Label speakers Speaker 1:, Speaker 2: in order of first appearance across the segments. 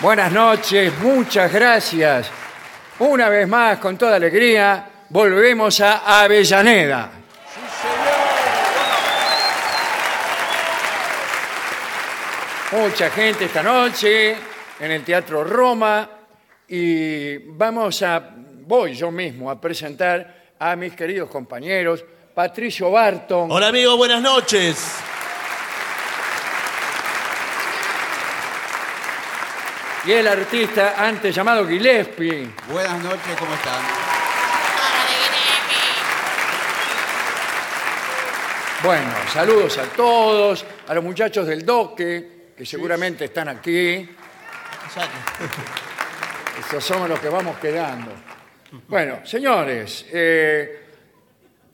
Speaker 1: Buenas noches, muchas gracias. Una vez más, con toda alegría, volvemos a Avellaneda. Mucha gente esta noche en el Teatro Roma y vamos a, voy yo mismo a presentar a mis queridos compañeros, Patricio Barton,
Speaker 2: Hola amigo, buenas noches.
Speaker 1: y el artista antes llamado Gillespie.
Speaker 3: Buenas noches, ¿cómo están?
Speaker 1: Bueno, saludos a todos, a los muchachos del doque, que seguramente están aquí. Estos somos los que vamos quedando. Bueno, señores, eh,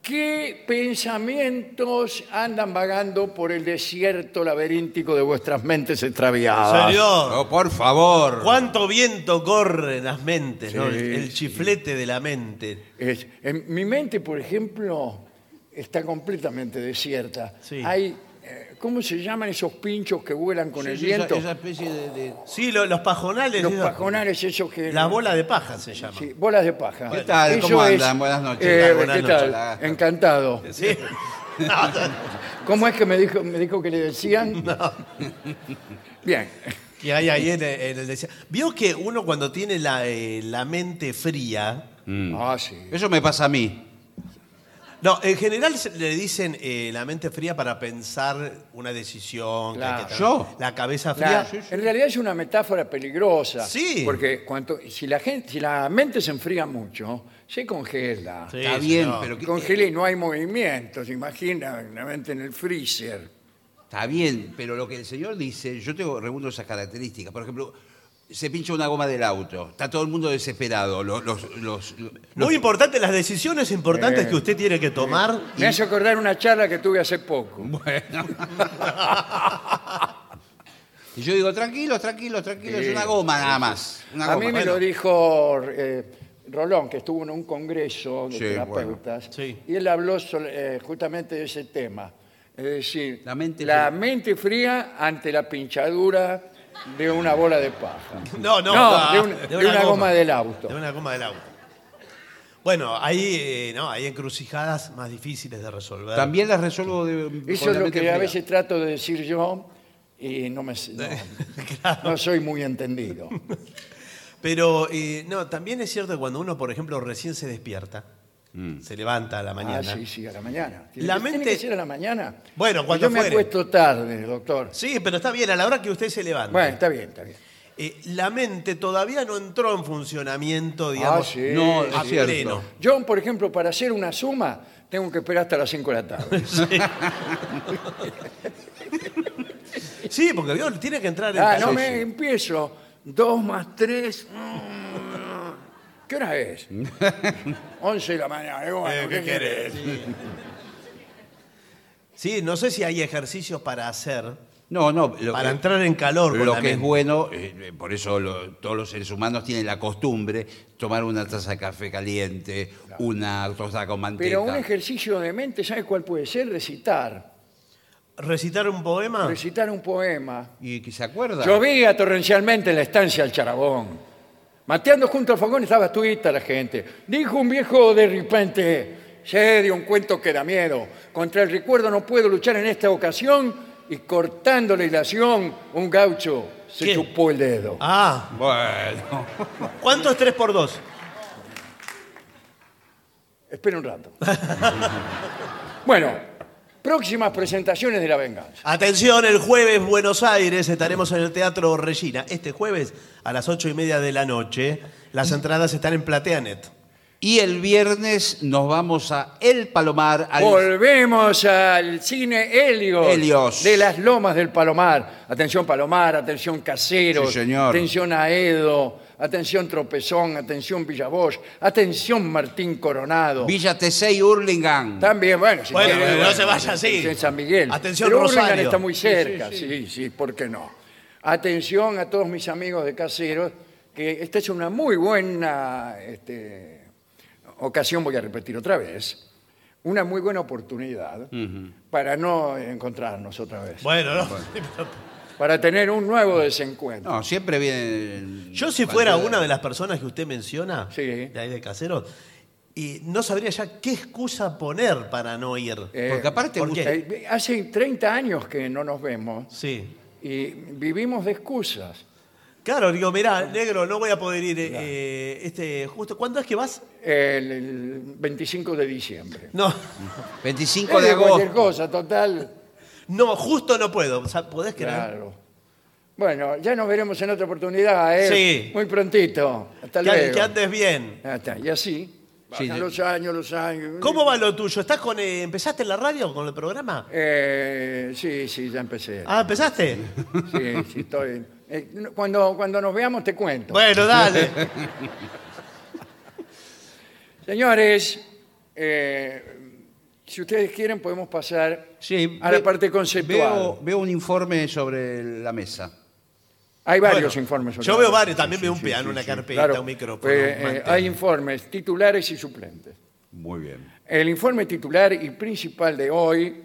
Speaker 1: ¿qué pensamientos andan vagando por el desierto laberíntico de vuestras mentes extraviadas?
Speaker 2: Señor,
Speaker 3: Ah, No, por favor.
Speaker 2: cuánto viento corre en las mentes, ¿no?
Speaker 1: Sí,
Speaker 2: El, el
Speaker 1: sí.
Speaker 2: chiflete de la mente.
Speaker 1: Es- en mi mente, por ejemplo, está completamente desierta.
Speaker 2: Sí.
Speaker 1: Hay, eh, ¿cómo se llaman esos pinchos que vuelan con el
Speaker 3: Sí,
Speaker 1: viento?
Speaker 3: Esa, esa especie de, de-
Speaker 2: Sí, lo- los pajonales.
Speaker 1: Los
Speaker 2: esos-
Speaker 1: pajonales esos que...
Speaker 2: La bola de paja se llama.
Speaker 1: Sí, bolas de paja.
Speaker 3: ¿Qué tal?
Speaker 1: Eso
Speaker 3: ¿Cómo
Speaker 1: es-
Speaker 3: andan? Buenas noches.
Speaker 1: eh,
Speaker 3: Ah,
Speaker 2: buenas
Speaker 1: ¿Qué
Speaker 2: noches,
Speaker 1: tal?
Speaker 3: la gasta.
Speaker 1: Encantado.
Speaker 2: Sí.
Speaker 1: ¿Cómo es que me dijo, me dijo que le decían? Bien.
Speaker 2: que hay ahí en, en el desierto. Vio que uno cuando tiene la, eh, la mente fría.
Speaker 1: Ah, sí.
Speaker 3: Eso me pasa a mí.
Speaker 2: No, en general se- le dicen eh, la mente fría para pensar una decisión. que hay que
Speaker 1: Claro.
Speaker 2: tomar.
Speaker 3: ¿Yo?
Speaker 2: La cabeza fría.
Speaker 1: La- en realidad es una metáfora peligrosa.
Speaker 2: Sí.
Speaker 1: Porque cuanto, si, la gente, si la mente se enfría mucho, se congela.
Speaker 2: Sí,
Speaker 3: Está bien,
Speaker 2: señor.
Speaker 3: pero ¿qué-
Speaker 1: Congela y no hay movimiento, se imagina, la mente en el freezer.
Speaker 3: está bien, pero lo que el señor dice, yo tengo reúno esas características. Por ejemplo, se pincha una goma del auto, está todo el mundo desesperado. Los, los, los- los-
Speaker 2: Muy importante, las decisiones importantes
Speaker 1: Eh.
Speaker 2: que usted tiene que tomar.
Speaker 1: Me hace acordar una charla que tuve hace poco.
Speaker 3: Bueno. y yo digo, tranquilos, tranquilos, tranquilos, es una goma nada más. Una
Speaker 1: A
Speaker 3: goma.
Speaker 1: mí me
Speaker 3: Bueno,
Speaker 1: lo dijo eh, Rolón, que estuvo en un congreso de
Speaker 3: Sí,
Speaker 1: terapeutas,
Speaker 2: bueno. Sí.
Speaker 1: y él habló sol- eh, justamente de ese tema. Es decir,
Speaker 3: La mente fría.
Speaker 1: mente fría ante la pinchadura de una bola de paja.
Speaker 2: No, no,
Speaker 1: No,
Speaker 2: ah,
Speaker 1: de, un- de una goma. del auto.
Speaker 2: De una goma del auto. Bueno, hay, eh, no, hay encrucijadas más difíciles de resolver.
Speaker 3: También las resuelvo de.
Speaker 1: Eso
Speaker 3: con
Speaker 1: es
Speaker 3: la
Speaker 1: lo
Speaker 3: mente
Speaker 1: que a
Speaker 3: fría.
Speaker 1: veces trato de decir yo y no me no, no soy muy entendido.
Speaker 2: Pero eh, no, también es cierto que cuando uno, por ejemplo, recién se despierta, se levanta a la mañana.
Speaker 1: Mm. Ah, sí, sí, a la mañana. Tiene,
Speaker 2: La
Speaker 1: tiene
Speaker 2: mente-
Speaker 1: que ser a la mañana.
Speaker 2: Bueno, cuando
Speaker 1: Yo me
Speaker 2: fuere.
Speaker 1: acuesto tarde, doctor.
Speaker 2: Sí, pero está bien, a la hora que usted se levanta.
Speaker 1: Bueno, está bien, está bien.
Speaker 2: Eh, la mente todavía no entró en funcionamiento,
Speaker 1: Ah,
Speaker 2: digamos.
Speaker 1: sí.
Speaker 3: no,
Speaker 2: a
Speaker 3: es cierto.
Speaker 2: pleno.
Speaker 1: Yo, por ejemplo, para hacer una suma, tengo que esperar hasta las 5 de la tarde.
Speaker 2: Sí, porque vio, tiene que entrar en
Speaker 1: Ah, no
Speaker 2: calor.
Speaker 1: me
Speaker 3: sí.
Speaker 1: empiezo. 2 más 3. ¿Qué hora es? 11 de la mañana. Y bueno,
Speaker 2: Eh, ¿qué querés? Sí, no sé si hay ejercicios para hacer,
Speaker 3: No, no. lo
Speaker 2: para
Speaker 3: que-
Speaker 2: entrar en calor con
Speaker 3: Lo
Speaker 2: la
Speaker 3: que es
Speaker 2: mente.
Speaker 3: bueno, eh, eh, por eso lo- todos los seres humanos tienen la costumbre tomar una taza de café caliente, una tostada con manteca.
Speaker 1: Pero un ejercicio de mente, ¿sabe cuál puede ser? Recitar.
Speaker 2: ¿Recitar un poema?
Speaker 1: Recitar un poema.
Speaker 3: y que se acuerda.
Speaker 1: Llovía torrencialmente en la estancia del Charabón. Mateando junto al fogón estaba tuita la gente. Dijo un viejo de repente, sé de un cuento que da miedo. Contra el recuerdo no puedo luchar en esta ocasión. Y cortando la hilación, un gaucho se
Speaker 2: ¿Quién?
Speaker 1: chupó el dedo.
Speaker 2: Ah,
Speaker 3: Bueno.
Speaker 2: ¿cuánto es 3 por 2
Speaker 1: Espera un rato. bueno, próximas presentaciones de la venganza.
Speaker 2: Atención, el jueves Buenos Aires estaremos en el Teatro Regina. Este jueves a las ocho y media de la noche. Las entradas están en Plateanet.
Speaker 3: Y el viernes nos vamos a El Palomar. al-
Speaker 1: Volvemos al cine Helios,
Speaker 3: Helios.
Speaker 1: de las lomas del Palomar. Atención Palomar, atención Caseros,
Speaker 3: Sí, señor.
Speaker 1: atención Aedo, atención Tropezón, atención Villavoz, atención Martín Coronado.
Speaker 3: Villa Tesey, Hurlingham.
Speaker 1: Mm. También, bueno, si
Speaker 2: Bueno,
Speaker 1: quiere,
Speaker 2: pero no se vaya así.
Speaker 1: En San Miguel.
Speaker 2: Atención,
Speaker 1: Pero Hurlingham
Speaker 2: Rosario.
Speaker 1: está muy cerca, sí sí, ¿por qué no? Atención a todos mis amigos de Caseros, que esta es una muy buena este, ocasión, voy a repetir otra vez, una muy buena oportunidad para no encontrarnos otra vez,
Speaker 2: Bueno, no.
Speaker 1: para tener un nuevo desencuentro.
Speaker 3: No, siempre vienen.
Speaker 2: Yo si fuera
Speaker 3: cualquiera.
Speaker 2: una de las personas que usted menciona,
Speaker 1: Sí.
Speaker 2: de ahí de casero, y no sabría ya qué excusa poner para no ir.
Speaker 1: Eh,
Speaker 3: Porque aparte.
Speaker 2: ¿por
Speaker 3: usted-
Speaker 1: Eh, Hace 30 años que no nos vemos
Speaker 2: Sí.
Speaker 1: y vivimos de excusas.
Speaker 2: Claro, digo, mirá, negro, no voy a poder ir. eh, eh, este, justo, ¿Cuándo es que vas?
Speaker 1: El, el 25 de diciembre.
Speaker 2: No,
Speaker 3: 25
Speaker 1: Es
Speaker 3: de
Speaker 1: de Eh, cualquier
Speaker 3: agosto.
Speaker 1: cosa, total.
Speaker 2: no, justo no puedo. O sea, ¿Podés creer?
Speaker 1: Claro. Bueno, ya nos veremos en otra oportunidad, ¿eh?
Speaker 2: Sí.
Speaker 1: Muy prontito. Hasta
Speaker 2: Que,
Speaker 1: luego.
Speaker 2: que andes bien.
Speaker 1: Ya está. Y así.
Speaker 3: Sí,
Speaker 1: Bajan
Speaker 3: de-
Speaker 1: los años, los años.
Speaker 2: ¿Cómo va lo tuyo? ¿Estás con, eh, ¿Empezaste en la radio con el programa?
Speaker 1: Eh, sí, sí, ya empecé.
Speaker 2: Ah, ¿empezaste?
Speaker 1: Sí, sí, estoy. eh, no- cuando, cuando nos veamos te cuento.
Speaker 2: bueno, dale.
Speaker 1: Señores, eh, si ustedes quieren podemos pasar
Speaker 3: Sí,
Speaker 1: a la
Speaker 3: ve-
Speaker 1: parte conceptual.
Speaker 3: Veo, veo un informe sobre la mesa.
Speaker 1: Hay varios
Speaker 2: Bueno,
Speaker 1: informes. sobre
Speaker 2: Yo veo
Speaker 1: la-
Speaker 2: varios, también veo un piano, una carpeta,
Speaker 1: Claro,
Speaker 2: un micrófono.
Speaker 1: pues,
Speaker 2: un
Speaker 1: eh,
Speaker 2: mantel.
Speaker 1: hay informes titulares y suplentes.
Speaker 3: Muy bien.
Speaker 1: El informe titular y principal de hoy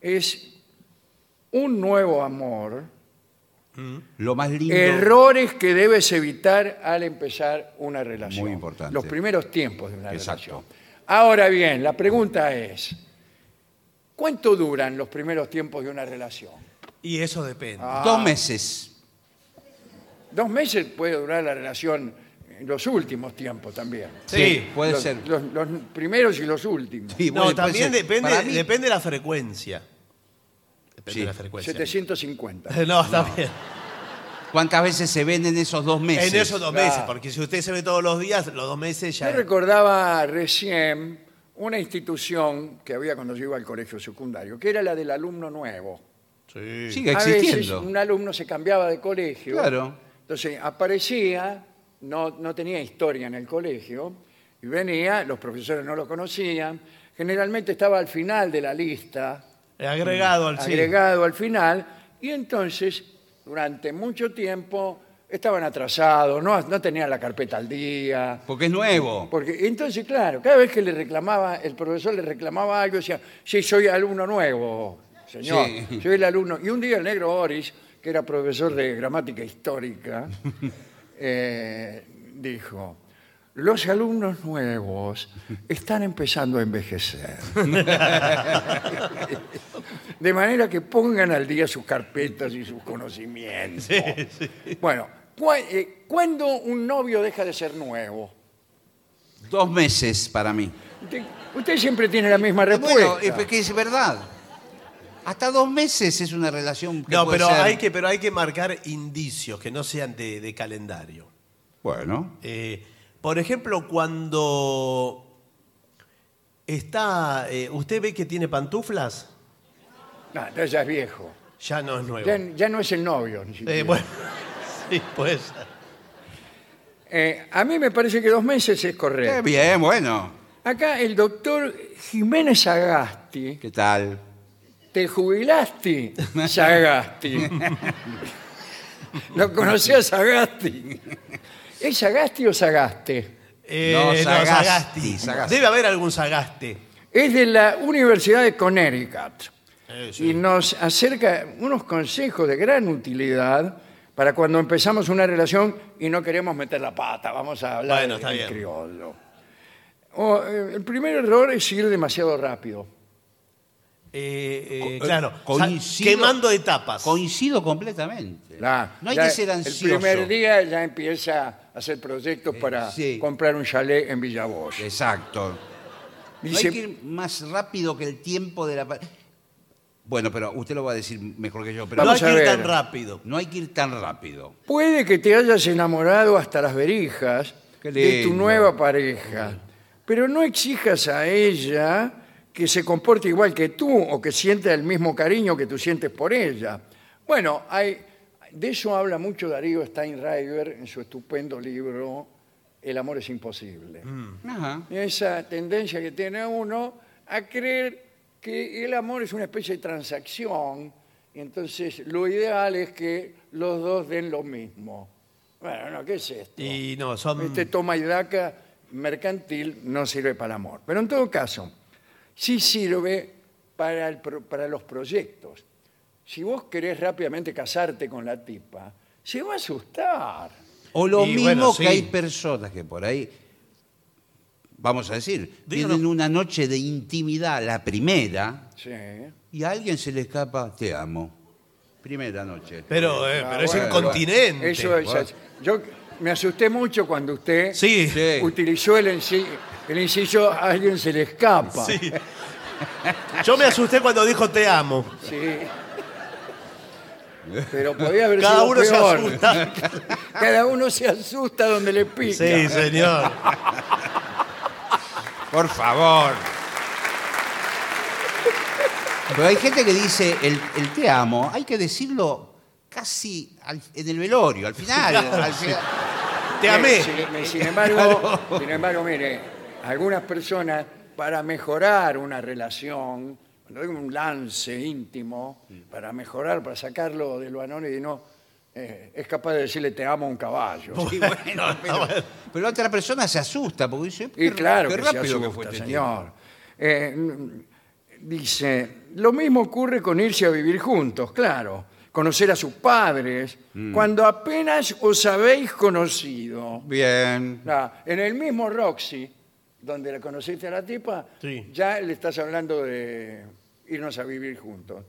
Speaker 1: es un nuevo amor,
Speaker 3: Lo más lindo.
Speaker 1: errores que debes evitar al empezar una relación.
Speaker 3: Muy importante.
Speaker 1: Los primeros tiempos de una
Speaker 3: Exacto.
Speaker 1: relación. Ahora bien, la pregunta es, ¿cuánto duran los primeros tiempos de una relación?
Speaker 2: Y eso depende.
Speaker 1: Ah,
Speaker 3: Dos meses.
Speaker 1: Dos meses puede durar la relación en los últimos tiempos también.
Speaker 2: Sí.
Speaker 3: Puede
Speaker 1: los,
Speaker 3: ser.
Speaker 1: Los, los primeros y los últimos.
Speaker 3: Sí,
Speaker 2: No,
Speaker 3: bueno, puede
Speaker 2: también
Speaker 3: ser.
Speaker 2: depende,
Speaker 3: Para mí-
Speaker 2: depende de la frecuencia. Depende
Speaker 3: Sí.
Speaker 2: de la frecuencia. Eh,
Speaker 1: 750.
Speaker 2: No, está bien.
Speaker 3: ¿Cuántas veces se ven en esos dos meses?
Speaker 2: En esos dos meses,
Speaker 1: Claro.
Speaker 2: porque si usted se ve todos los días, los dos meses ya.
Speaker 1: Yo recordaba recién una institución que había cuando yo iba al colegio secundario, que era la del alumno nuevo.
Speaker 2: Sí.
Speaker 3: Sigue
Speaker 1: A veces
Speaker 3: existiendo.
Speaker 1: un alumno se cambiaba de colegio.
Speaker 3: Claro.
Speaker 1: Entonces aparecía, no, no tenía historia en el colegio, y venía, los profesores no lo conocían, generalmente estaba al final de la lista,
Speaker 2: Agregado al sí.
Speaker 1: agregado al final, y entonces durante mucho tiempo estaban atrasados, no, no tenían la carpeta al día.
Speaker 3: Porque es nuevo.
Speaker 1: Porque entonces, claro, cada vez que le reclamaba, el profesor le reclamaba algo, decía, sí, soy alumno nuevo, señor,
Speaker 3: Sí.
Speaker 1: soy el alumno. Y un día el negro Oris, que era profesor de gramática histórica, eh, dijo, los alumnos nuevos están empezando a envejecer. De manera que pongan al día sus carpetas y sus conocimientos. Bueno, ¿cuá- eh, ¿cuándo un novio deja de ser nuevo?
Speaker 3: Dos meses para mí.
Speaker 1: Usted, usted siempre tiene la misma respuesta.
Speaker 3: Bueno, es que es verdad. Hasta dos meses es una relación que
Speaker 2: No,
Speaker 3: puede
Speaker 2: pero
Speaker 3: ser-
Speaker 2: hay, que, pero hay que marcar indicios que no sean de, de calendario.
Speaker 3: Bueno.
Speaker 2: Eh, por ejemplo, cuando está. eh, ¿Usted ve que tiene pantuflas?
Speaker 1: No, entonces ya es viejo.
Speaker 2: Ya no es nuevo.
Speaker 1: Ya, ya no es el novio. ni siquiera.
Speaker 2: Eh, bueno, sí, pues.
Speaker 1: Eh, a mí me parece que dos meses es
Speaker 3: Qué
Speaker 1: correcto.
Speaker 3: bien, bueno.
Speaker 1: Acá el doctor Jiménez Agasti,
Speaker 3: ¿Qué tal?
Speaker 1: te jubilaste, Sagasti. ¿Lo conocías Sagasti? ¿Es Sagasti o Sagaste?
Speaker 2: Eh,
Speaker 3: No,
Speaker 2: no,
Speaker 3: Sagasti,
Speaker 2: Sagasti.
Speaker 3: Sagasti.
Speaker 2: Debe haber algún Sagaste.
Speaker 1: Es de la Universidad de Connecticut.
Speaker 3: Eh,
Speaker 1: y nos acerca unos consejos de gran utilidad para cuando empezamos una relación y no queremos meter la pata, vamos a hablar
Speaker 2: Bueno, está
Speaker 1: en
Speaker 2: bien.
Speaker 1: criollo. O, eh, el primer error es ir demasiado rápido.
Speaker 2: Eh, eh,
Speaker 3: Co-
Speaker 2: claro,
Speaker 3: eh,
Speaker 2: sa-
Speaker 3: coincido-
Speaker 2: quemando etapas.
Speaker 3: Coincido completamente.
Speaker 1: La-
Speaker 3: no hay
Speaker 1: ya
Speaker 3: que ser ansioso.
Speaker 1: El primer día ya empieza a hacer proyectos para
Speaker 3: sí.
Speaker 1: comprar un chalet en Villavoz.
Speaker 3: Exacto. No
Speaker 1: Dice-
Speaker 3: hay que ir más rápido que el tiempo de la... pa- Bueno, pero usted lo va a decir mejor que yo,
Speaker 2: no
Speaker 3: pero
Speaker 2: hay
Speaker 1: Vamos
Speaker 2: que
Speaker 1: a
Speaker 2: ir
Speaker 1: ver.
Speaker 2: tan rápido.
Speaker 3: no hay que ir tan rápido.
Speaker 1: Puede que te hayas enamorado hasta las verijas
Speaker 3: Qué
Speaker 1: de tu
Speaker 3: lindo.
Speaker 1: nueva pareja. pero no exijas a ella que se comporte igual que tú o que sienta el mismo cariño que tú sientes por ella. Bueno, hay, de eso habla mucho Darío Steinreiber en su estupendo libro El amor es imposible.
Speaker 3: Mm. Ajá.
Speaker 1: Esa tendencia que tiene uno a creer que el amor es una especie de transacción y entonces lo ideal es que los dos den lo mismo. Bueno, no, ¿qué es esto?
Speaker 2: Y um, no, son.
Speaker 1: Este toma y daca mercantil no sirve para el amor. Pero en todo caso, sí sirve para, el pro- para los proyectos. Si vos querés rápidamente casarte con la tipa, se va a asustar.
Speaker 3: O lo
Speaker 2: Y
Speaker 3: mismo
Speaker 2: bueno, sí.
Speaker 3: que hay personas que por ahí, vamos a decir,
Speaker 2: Díganos.
Speaker 3: tienen una noche de intimidad, la primera,
Speaker 1: Sí.
Speaker 3: y a alguien se le escapa, te amo. Primera noche.
Speaker 2: Pero, eh,
Speaker 1: Ah,
Speaker 2: pero es
Speaker 1: bueno,
Speaker 2: un
Speaker 1: bueno.
Speaker 2: continente.
Speaker 1: Eso es
Speaker 3: bueno.
Speaker 1: así. Yo me asusté mucho cuando usted
Speaker 2: Sí.
Speaker 3: Sí.
Speaker 1: utilizó el, inci- el inciso a alguien se le escapa.
Speaker 2: sí. Yo me asusté cuando dijo te amo.
Speaker 1: Sí. Pero podía haber
Speaker 2: Cada
Speaker 1: sido
Speaker 2: uno se
Speaker 1: peor.
Speaker 2: asusta.
Speaker 1: Cada uno se asusta donde le pica.
Speaker 2: Sí, señor.
Speaker 3: Por favor. Pero hay gente que dice el, el te amo, hay que decirlo casi al- en el velorio, al final.
Speaker 2: Claro,
Speaker 3: al final.
Speaker 2: Te amé.
Speaker 1: Sin, em-, sin embargo, sin embargo, mire, algunas personas para mejorar una relación, cuando hay un lance íntimo, para mejorar, para sacarlo de lo anónimo, eh, es capaz de decirle te amo a un caballo.
Speaker 3: Sí, bueno, pero, pero la otra persona se asusta porque dice,
Speaker 1: Y
Speaker 3: qué-
Speaker 1: claro
Speaker 3: qué
Speaker 1: que se
Speaker 3: rápido que
Speaker 1: asusta,
Speaker 3: fue este
Speaker 1: señor. Eh, n- dice, lo mismo ocurre con irse a vivir juntos, claro. Conocer a sus padres
Speaker 3: Mm.
Speaker 1: cuando apenas os habéis conocido.
Speaker 3: tipo. Bien.
Speaker 1: Ah, en el mismo Roxy, donde la conociste a la tipa,
Speaker 2: Sí.
Speaker 1: ya le estás hablando de irnos a vivir juntos.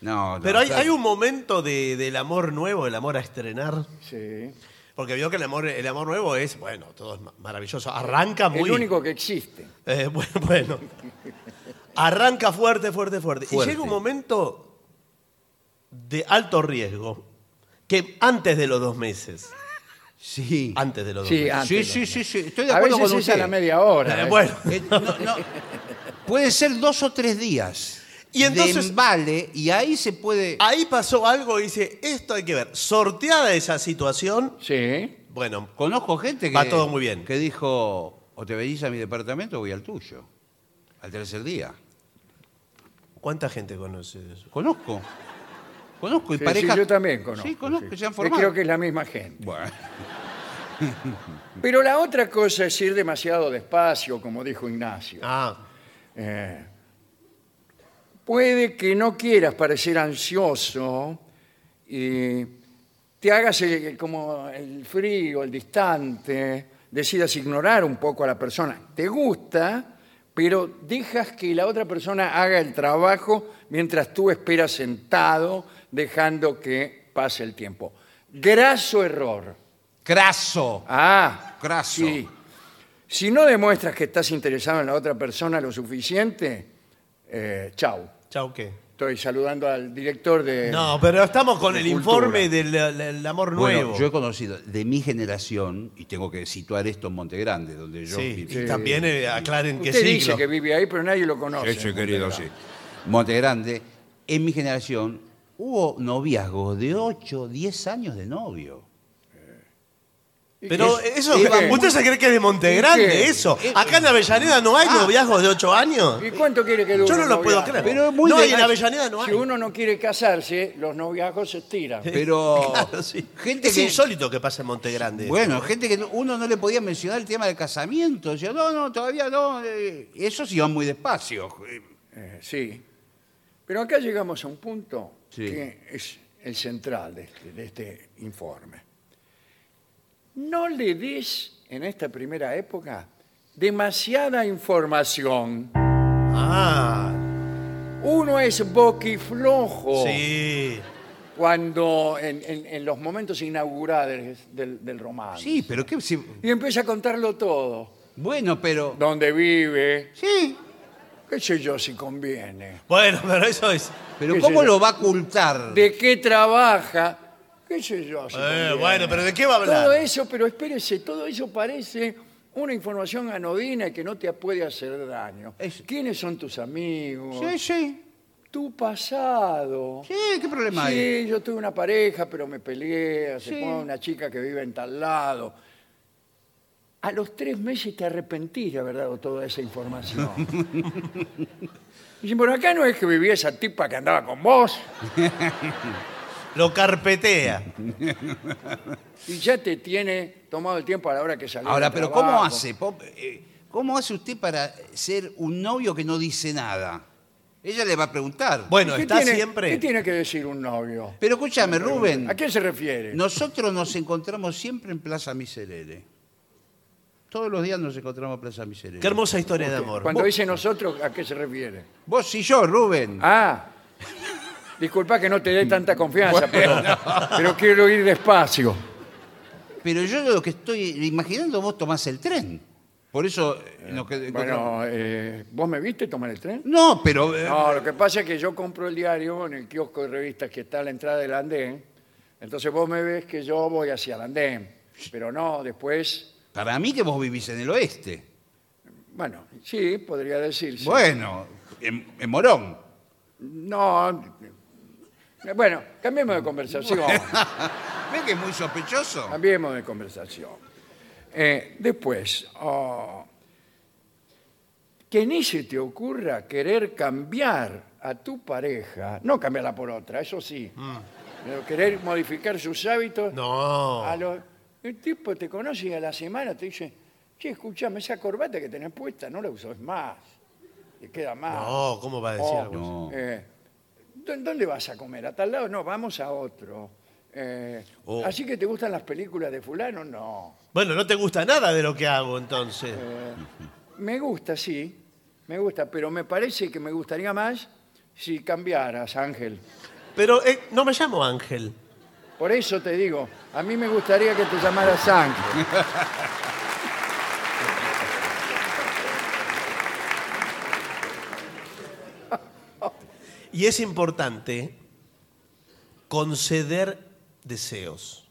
Speaker 3: No, no,
Speaker 2: Pero hay,
Speaker 3: claro.
Speaker 2: hay un momento de- del amor nuevo, el amor a estrenar.
Speaker 1: Sí.
Speaker 2: Porque vio que el amor, el amor nuevo es, bueno, todo es ma- maravilloso.
Speaker 3: Ah,
Speaker 2: Arranca muy.
Speaker 1: El único que existe.
Speaker 2: Eh, bueno, bueno. Arranca fuerte, fuerte, fuerte, Y
Speaker 3: Fuerte.
Speaker 2: llega un momento de alto riesgo. Que antes de los dos meses.
Speaker 3: Sí.
Speaker 2: Antes de los dos
Speaker 1: Sí,
Speaker 2: meses.
Speaker 1: antes.
Speaker 3: Sí, sí, sí, sí, estoy de
Speaker 1: a
Speaker 3: acuerdo
Speaker 1: veces
Speaker 3: con
Speaker 1: es a
Speaker 3: usted.
Speaker 1: la media hora.
Speaker 2: Eh,
Speaker 1: ¿eh?
Speaker 2: bueno.
Speaker 3: Eh, no, no. Puede ser dos o tres días.
Speaker 2: Y entonces-
Speaker 3: De embale, y ahí se puede.
Speaker 1: Ah.
Speaker 2: Ahí pasó algo y dice, esto hay que ver. Sorteada esa situación,
Speaker 1: Sí.
Speaker 2: bueno,
Speaker 3: Conozco gente que.
Speaker 2: Va todo muy bien.
Speaker 3: Que dijo: o te venís a mi departamento o voy al tuyo. Al tercer día.
Speaker 2: ¿cuánta gente conoce de eso?
Speaker 3: Conozco. Conozco. Y
Speaker 1: Sí,
Speaker 3: parejas.
Speaker 1: sí, yo también conozco.
Speaker 3: Sí, conozco,
Speaker 1: sí.
Speaker 3: se han
Speaker 1: Eh,
Speaker 3: formado.
Speaker 1: Creo que es la misma gente.
Speaker 3: Bueno,
Speaker 1: Pero la otra cosa es ir demasiado despacio, como dijo Ignacio.
Speaker 2: Ah,
Speaker 1: Eh, puede que no quieras parecer ansioso y te hagas el- como el frío, el distante, decidas ignorar un poco a la persona. Te gusta, pero dejas que la otra persona haga el trabajo mientras tú esperas sentado, dejando que pase el tiempo. Graso error.
Speaker 3: craso.
Speaker 1: Ah,
Speaker 3: Craso.
Speaker 1: sí. Si no demuestras que estás interesado en la otra persona lo suficiente, eh, chau.
Speaker 2: chau, ¿qué?
Speaker 1: Estoy saludando al director de...
Speaker 2: No, pero estamos con
Speaker 1: de
Speaker 2: el
Speaker 1: cultura.
Speaker 2: informe del, del amor
Speaker 3: Eh, Bueno,
Speaker 2: nuevo.
Speaker 3: yo he conocido de mi generación, y tengo que situar esto en Monte Grande, donde yo
Speaker 2: Sí,
Speaker 3: viví.
Speaker 2: y también eh, aclaren qué
Speaker 1: Usted dice
Speaker 2: siglo.
Speaker 1: que vive ahí, pero nadie lo conoce.
Speaker 3: Eso, querido, sí. Monte Grande, en mi generación hubo noviazgos de 8, 10 años de novio.
Speaker 1: ¿Y
Speaker 2: Pero
Speaker 1: qué?
Speaker 2: eso,
Speaker 1: ¿Y qué?
Speaker 2: ¿usted se cree que es de Montegrande
Speaker 1: ¿Y qué?
Speaker 2: eso? Acá en Avellaneda no hay noviazgos de ocho años.
Speaker 1: ¿Y cuánto quiere que dure
Speaker 2: Yo no
Speaker 1: un
Speaker 2: lo puedo
Speaker 1: noviazgo?
Speaker 2: creer.
Speaker 3: Pero es muy
Speaker 2: no,
Speaker 3: de-
Speaker 2: y en Avellaneda no hay.
Speaker 1: Si uno no quiere casarse, los noviazgos se estiran.
Speaker 3: Pero
Speaker 2: Claro, sí.
Speaker 3: gente
Speaker 2: es
Speaker 3: que
Speaker 2: insólito que pase en Montegrande.
Speaker 3: bueno, gente que no- uno no le podía mencionar el tema del casamiento, decía, "No, no, todavía no." eh, Esos iban muy despacio. eh,
Speaker 1: Eh, sí. Pero acá llegamos a un punto
Speaker 3: Sí.
Speaker 1: que es el central de este, de este informe. No le des en esta primera época demasiada información.
Speaker 2: Ah,
Speaker 1: Uno es
Speaker 3: Oh.
Speaker 1: boquiflojo
Speaker 2: sí.
Speaker 1: cuando en, en- en los momentos inaugurales del, del romance.
Speaker 3: Sí, pero qué si-
Speaker 1: Y empieza a contarlo todo.
Speaker 3: bueno, pero
Speaker 1: Dónde vive,
Speaker 3: sí,
Speaker 1: qué sé yo si conviene.
Speaker 2: Bueno, pero eso es.
Speaker 3: pero
Speaker 1: ¿Qué
Speaker 3: ¿cómo
Speaker 1: sé yo?
Speaker 3: lo va a ocultar?
Speaker 1: de qué trabaja, qué sé yo. si
Speaker 2: Eh,
Speaker 1: conviene.
Speaker 2: bueno, pero ¿de qué va a hablar?
Speaker 1: Todo eso, pero espérese, todo eso parece una información anodina que no te puede hacer daño.
Speaker 3: Es-
Speaker 1: ¿Quiénes son tus amigos?
Speaker 3: Sí, sí.
Speaker 1: Tu pasado.
Speaker 3: Sí, ¿qué problema hay?
Speaker 1: Sí, yo tuve una pareja, pero me peleé, hace
Speaker 3: Sí.
Speaker 1: poco, una chica que vive en tal lado. A los tres meses te arrepentís de haber dado toda esa información. Dicen, por acá no es que vivía esa tipa que andaba con vos
Speaker 2: Lo carpetea.
Speaker 1: y ya te tiene tomado el tiempo a la hora que salió.
Speaker 3: Ahora,
Speaker 1: del
Speaker 3: pero
Speaker 1: trabajo.
Speaker 3: ¿cómo hace? Po- eh, ¿Cómo hace usted para ser un novio que no dice nada? Ella le va a preguntar.
Speaker 2: Bueno,
Speaker 1: ¿Qué
Speaker 2: está
Speaker 1: tiene-
Speaker 2: siempre.
Speaker 1: ¿Qué tiene que decir un novio?
Speaker 3: Pero escúchame, Rubén.
Speaker 1: Eh, ¿A quién se refiere?
Speaker 3: Nosotros nos encontramos siempre en Plaza Miserere. Todos los días nos encontramos en Plaza Miserere.
Speaker 2: Qué hermosa historia de amor.
Speaker 1: Cuando
Speaker 2: Vos-
Speaker 1: dice nosotros, ¿a qué se refiere?
Speaker 3: Vos y yo, Rubén.
Speaker 1: Ah, disculpa que no te dé tanta confianza, pero, pero quiero ir despacio.
Speaker 3: Pero yo lo que estoy imaginando, vos tomás el tren. Por eso eh, nos qued- encontramos-
Speaker 1: Bueno, eh, ¿vos me viste tomar el tren?
Speaker 3: No, pero. eh,
Speaker 1: No, lo que pasa es que yo compro el diario en el kiosco de revistas que está a la entrada del andén. Entonces vos me ves que yo voy hacia el andén. Pero no, después,
Speaker 3: Para mí que vos vivís en el oeste.
Speaker 1: bueno, sí, podría decirse.
Speaker 3: Bueno, en, en Morón.
Speaker 1: No. eh, Bueno, cambiemos de conversación.
Speaker 3: ¿Ves que es muy sospechoso?
Speaker 1: Cambiemos de conversación. Eh, después, oh, que ni se te ocurra querer cambiar a tu pareja, no cambiarla por otra, eso sí, pero querer modificar sus hábitos.
Speaker 2: Ah. No.
Speaker 1: A los- el tipo te conoce y a la semana te dice, che, escúchame, esa corbata que tenés puesta no la usás más, te queda más.
Speaker 2: No, ¿cómo va a decir
Speaker 1: Oh,
Speaker 2: algo así?
Speaker 3: No.
Speaker 1: eh, ¿dó- ¿Dónde vas a comer? ¿A tal lado? No, vamos a otro. Eh,
Speaker 2: Oh.
Speaker 1: ¿Así que te gustan las películas de fulano? No.
Speaker 2: Bueno, no te gusta nada de lo que hago entonces.
Speaker 1: Me gusta, sí, me gusta, pero me parece que me gustaría más si cambiaras, Ángel.
Speaker 2: Pero eh, no me llamo Ángel.
Speaker 1: Por eso te digo, a mí me gustaría que te llamaras Ángel.
Speaker 2: Y es importante conceder deseos.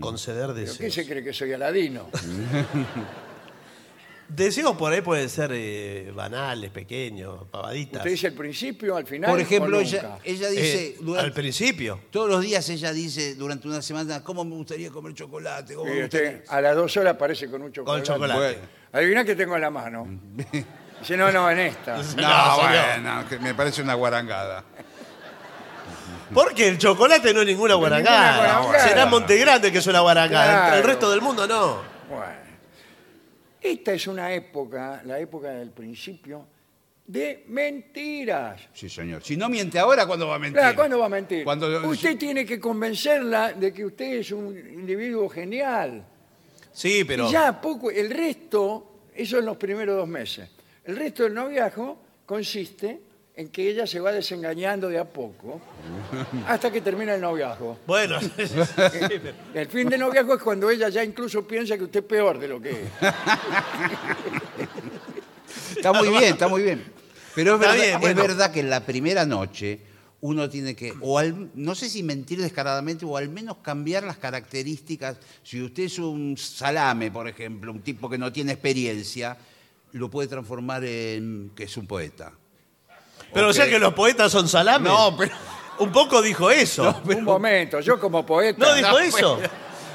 Speaker 2: Conceder
Speaker 1: ¿Pero ¿Qué
Speaker 2: deseos.
Speaker 1: se cree que soy aladino?
Speaker 2: Deseos por ahí pueden ser eh, banales, pequeños, pavaditas.
Speaker 1: Usted dice al principio, al final.
Speaker 3: Por
Speaker 1: o
Speaker 3: ejemplo,
Speaker 1: nunca.
Speaker 3: ella, ella dice.
Speaker 2: Eh,
Speaker 3: durante-
Speaker 2: al principio.
Speaker 3: Todos los días ella dice durante una semana, ¿cómo me gustaría comer chocolate? ¿Cómo
Speaker 1: Y
Speaker 3: me gustaría?
Speaker 1: usted a las dos horas aparece con un chocolate.
Speaker 2: Con chocolate.
Speaker 3: Bueno.
Speaker 1: Adivina qué tengo en la mano. Dice, no, no, en esta.
Speaker 2: No, señor.
Speaker 3: bueno, que me parece una guarangada.
Speaker 2: Porque el chocolate no es ninguna
Speaker 1: Ninguna
Speaker 2: guarangada.
Speaker 1: guarangada.
Speaker 2: Será Montegrande que es una guarangada.
Speaker 1: Claro.
Speaker 2: El resto del mundo no.
Speaker 1: Bueno, esta es una época, la época del principio, de mentiras.
Speaker 3: Sí, señor. Si no miente ahora, ¿cuándo va a mentir?
Speaker 1: Claro, ¿cuándo va a mentir?
Speaker 3: Cuando-
Speaker 1: usted tiene que convencerla de que usted es un individuo genial.
Speaker 2: Sí, pero.
Speaker 1: Y ya poco, el resto, eso en los primeros dos meses, el resto del noviazgo consiste en que ella se va desengañando de a poco hasta que termina el noviazgo.
Speaker 2: Bueno,
Speaker 1: El fin del noviazgo es cuando ella ya incluso piensa que usted es peor de lo que es.
Speaker 3: Está muy bien, está muy bien. Pero es
Speaker 2: Está
Speaker 3: verdad,
Speaker 2: bien,
Speaker 3: es
Speaker 2: bueno.
Speaker 3: verdad que en la primera noche uno tiene que, o al- no sé si mentir descaradamente, o al menos cambiar las características. Si usted es un salame, por ejemplo, un tipo que no tiene experiencia, lo puede transformar en que es un poeta.
Speaker 2: pero o sea
Speaker 3: Ok.
Speaker 2: que los poetas son salames.
Speaker 3: No, pero-
Speaker 2: Un poco dijo eso. No,
Speaker 1: Un momento, yo como poeta...
Speaker 2: dijo eso.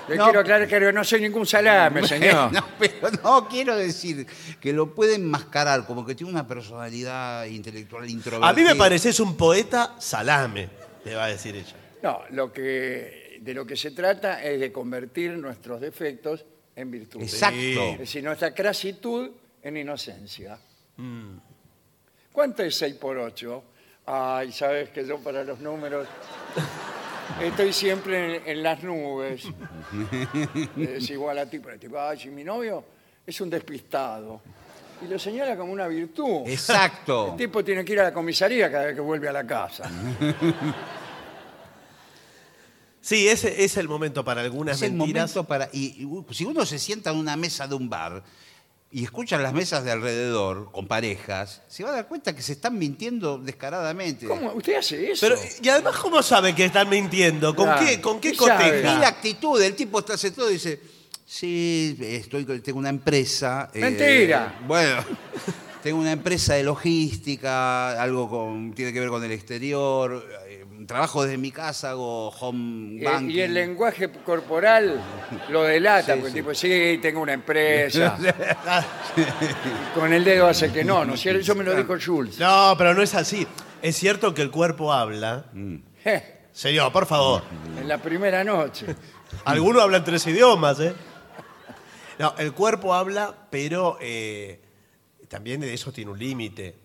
Speaker 1: Le
Speaker 3: No,
Speaker 1: quiero aclarar que no soy ningún salame, señor.
Speaker 3: No, pero no quiero decir que lo puede enmascarar como que tiene una personalidad intelectual introvertida.
Speaker 2: A mí me pareces un poeta salame, le va a decir ella.
Speaker 1: No, lo que, de lo que se trata es de convertir nuestros defectos en virtudes.
Speaker 3: Exacto.
Speaker 1: Es decir, nuestra crasitud en inocencia. ¿Cuánto es 6 por 8? Ay, sabes que yo para los números estoy siempre en, en las nubes. es igual a ti, pero tipo, ay, si mi novio es un despistado. Y lo señala como una virtud.
Speaker 3: Exacto.
Speaker 1: El
Speaker 2: Este
Speaker 1: tipo tiene que ir a la comisaría cada vez que vuelve a la casa.
Speaker 3: Ah,
Speaker 2: Sí, ese es el momento para algunas
Speaker 3: Es el
Speaker 2: mentiras.
Speaker 3: momento para. Y, y, uh, si uno se sienta en una mesa de un bar y escucha las mesas de alrededor con parejas, se va a dar cuenta que se están mintiendo descaradamente.
Speaker 1: ¿Cómo? ¿Usted hace eso? Eh,
Speaker 2: Pero,
Speaker 3: eh,
Speaker 2: y además, ¿cómo sabe que están mintiendo? ¿Con
Speaker 1: Claro.
Speaker 2: qué, con qué
Speaker 1: ¿Qué sabe?
Speaker 3: Y la
Speaker 2: coteja?
Speaker 3: actitud, el tipo está sentado y dice: Sí, estoy, tengo una empresa. eh,
Speaker 1: Mentira.
Speaker 3: bueno, tengo una empresa de logística, algo con, tiene que ver con el exterior. eh, trabajo desde mi casa, hago home
Speaker 1: Y-
Speaker 3: banking.
Speaker 1: Y el lenguaje corporal lo delata,
Speaker 3: Sí,
Speaker 1: porque
Speaker 3: sí.
Speaker 1: tipo, sí, tengo una empresa. Con el dedo hace que no, ¿no es cierto? Eso me lo dijo Schultz.
Speaker 2: No, pero no es así. Es cierto que el cuerpo habla.
Speaker 3: Mm.
Speaker 1: En
Speaker 2: Señor, por favor.
Speaker 1: la primera noche.
Speaker 2: Algunos hablan tres idiomas, ¿eh? No, el cuerpo habla, pero eh, también eso tiene un límite.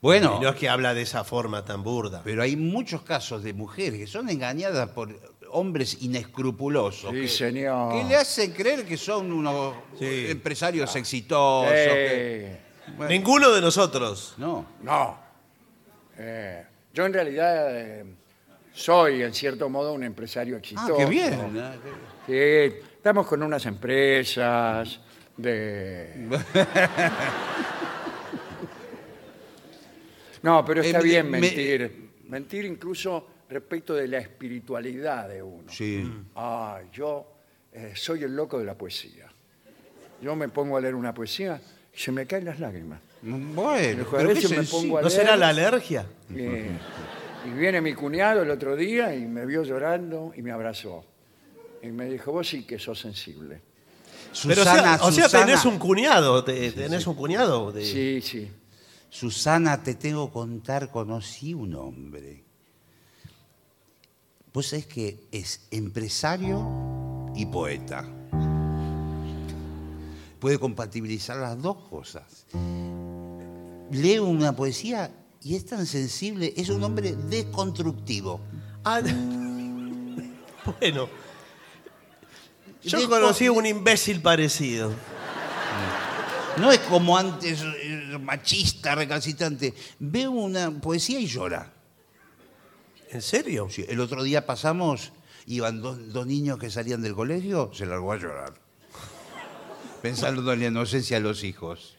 Speaker 3: Bueno,
Speaker 2: Y no es que habla de esa forma tan burda.
Speaker 3: pero hay muchos casos de mujeres que son engañadas por hombres inescrupulosos.
Speaker 1: Sí,
Speaker 3: que-
Speaker 1: señor.
Speaker 3: Que le hacen creer que son unos
Speaker 2: Sí.
Speaker 3: empresarios exitosos. que-
Speaker 1: Eh,
Speaker 3: bueno,
Speaker 2: Ninguno de nosotros.
Speaker 3: no.
Speaker 1: no. Eh, yo en realidad eh, soy, en cierto modo, un empresario
Speaker 3: Ah,
Speaker 1: exitoso. Mm.
Speaker 3: qué bien. ah, qué-
Speaker 1: Sí, estamos con unas empresas de... No, pero está
Speaker 3: Eh, me-
Speaker 1: bien
Speaker 3: me-
Speaker 1: mentir. Mentir incluso respecto de la espiritualidad de uno.
Speaker 3: Sí.
Speaker 1: Ah, yo eh, soy el loco de la poesía. Yo me pongo a leer una poesía y se me caen las lágrimas.
Speaker 3: Bueno,
Speaker 1: Pero
Speaker 3: pero
Speaker 1: a
Speaker 3: qué
Speaker 1: veces me
Speaker 3: sencillo.
Speaker 1: pongo a-
Speaker 2: ¿No será la alergia?
Speaker 1: Eh, y viene mi cuñado el otro día y me vio llorando y me abrazó. Y me dijo, vos sí que sos sensible.
Speaker 2: Pero, o sea-
Speaker 3: Susana,
Speaker 2: o sea,
Speaker 3: Susana,
Speaker 2: tenés un cuñado. te- tenés un cuñado. de-
Speaker 1: Sí, sí.
Speaker 3: Susana, te tengo que contar, conocí un hombre. Vos sabés que es empresario y poeta. Puede compatibilizar las dos cosas. Lee una poesía y es tan sensible, es un hombre desconstructivo.
Speaker 2: Ah, bueno. Yo
Speaker 3: Desco-
Speaker 2: conocí a un imbécil parecido.
Speaker 3: No es como antes, eh, machista, recalcitrante. Ve una poesía y llora.
Speaker 2: ¿En serio?
Speaker 3: Sí, el otro día pasamos, iban dos, dos niños que salían del colegio, se largó a llorar. Pensando en la inocencia de los hijos.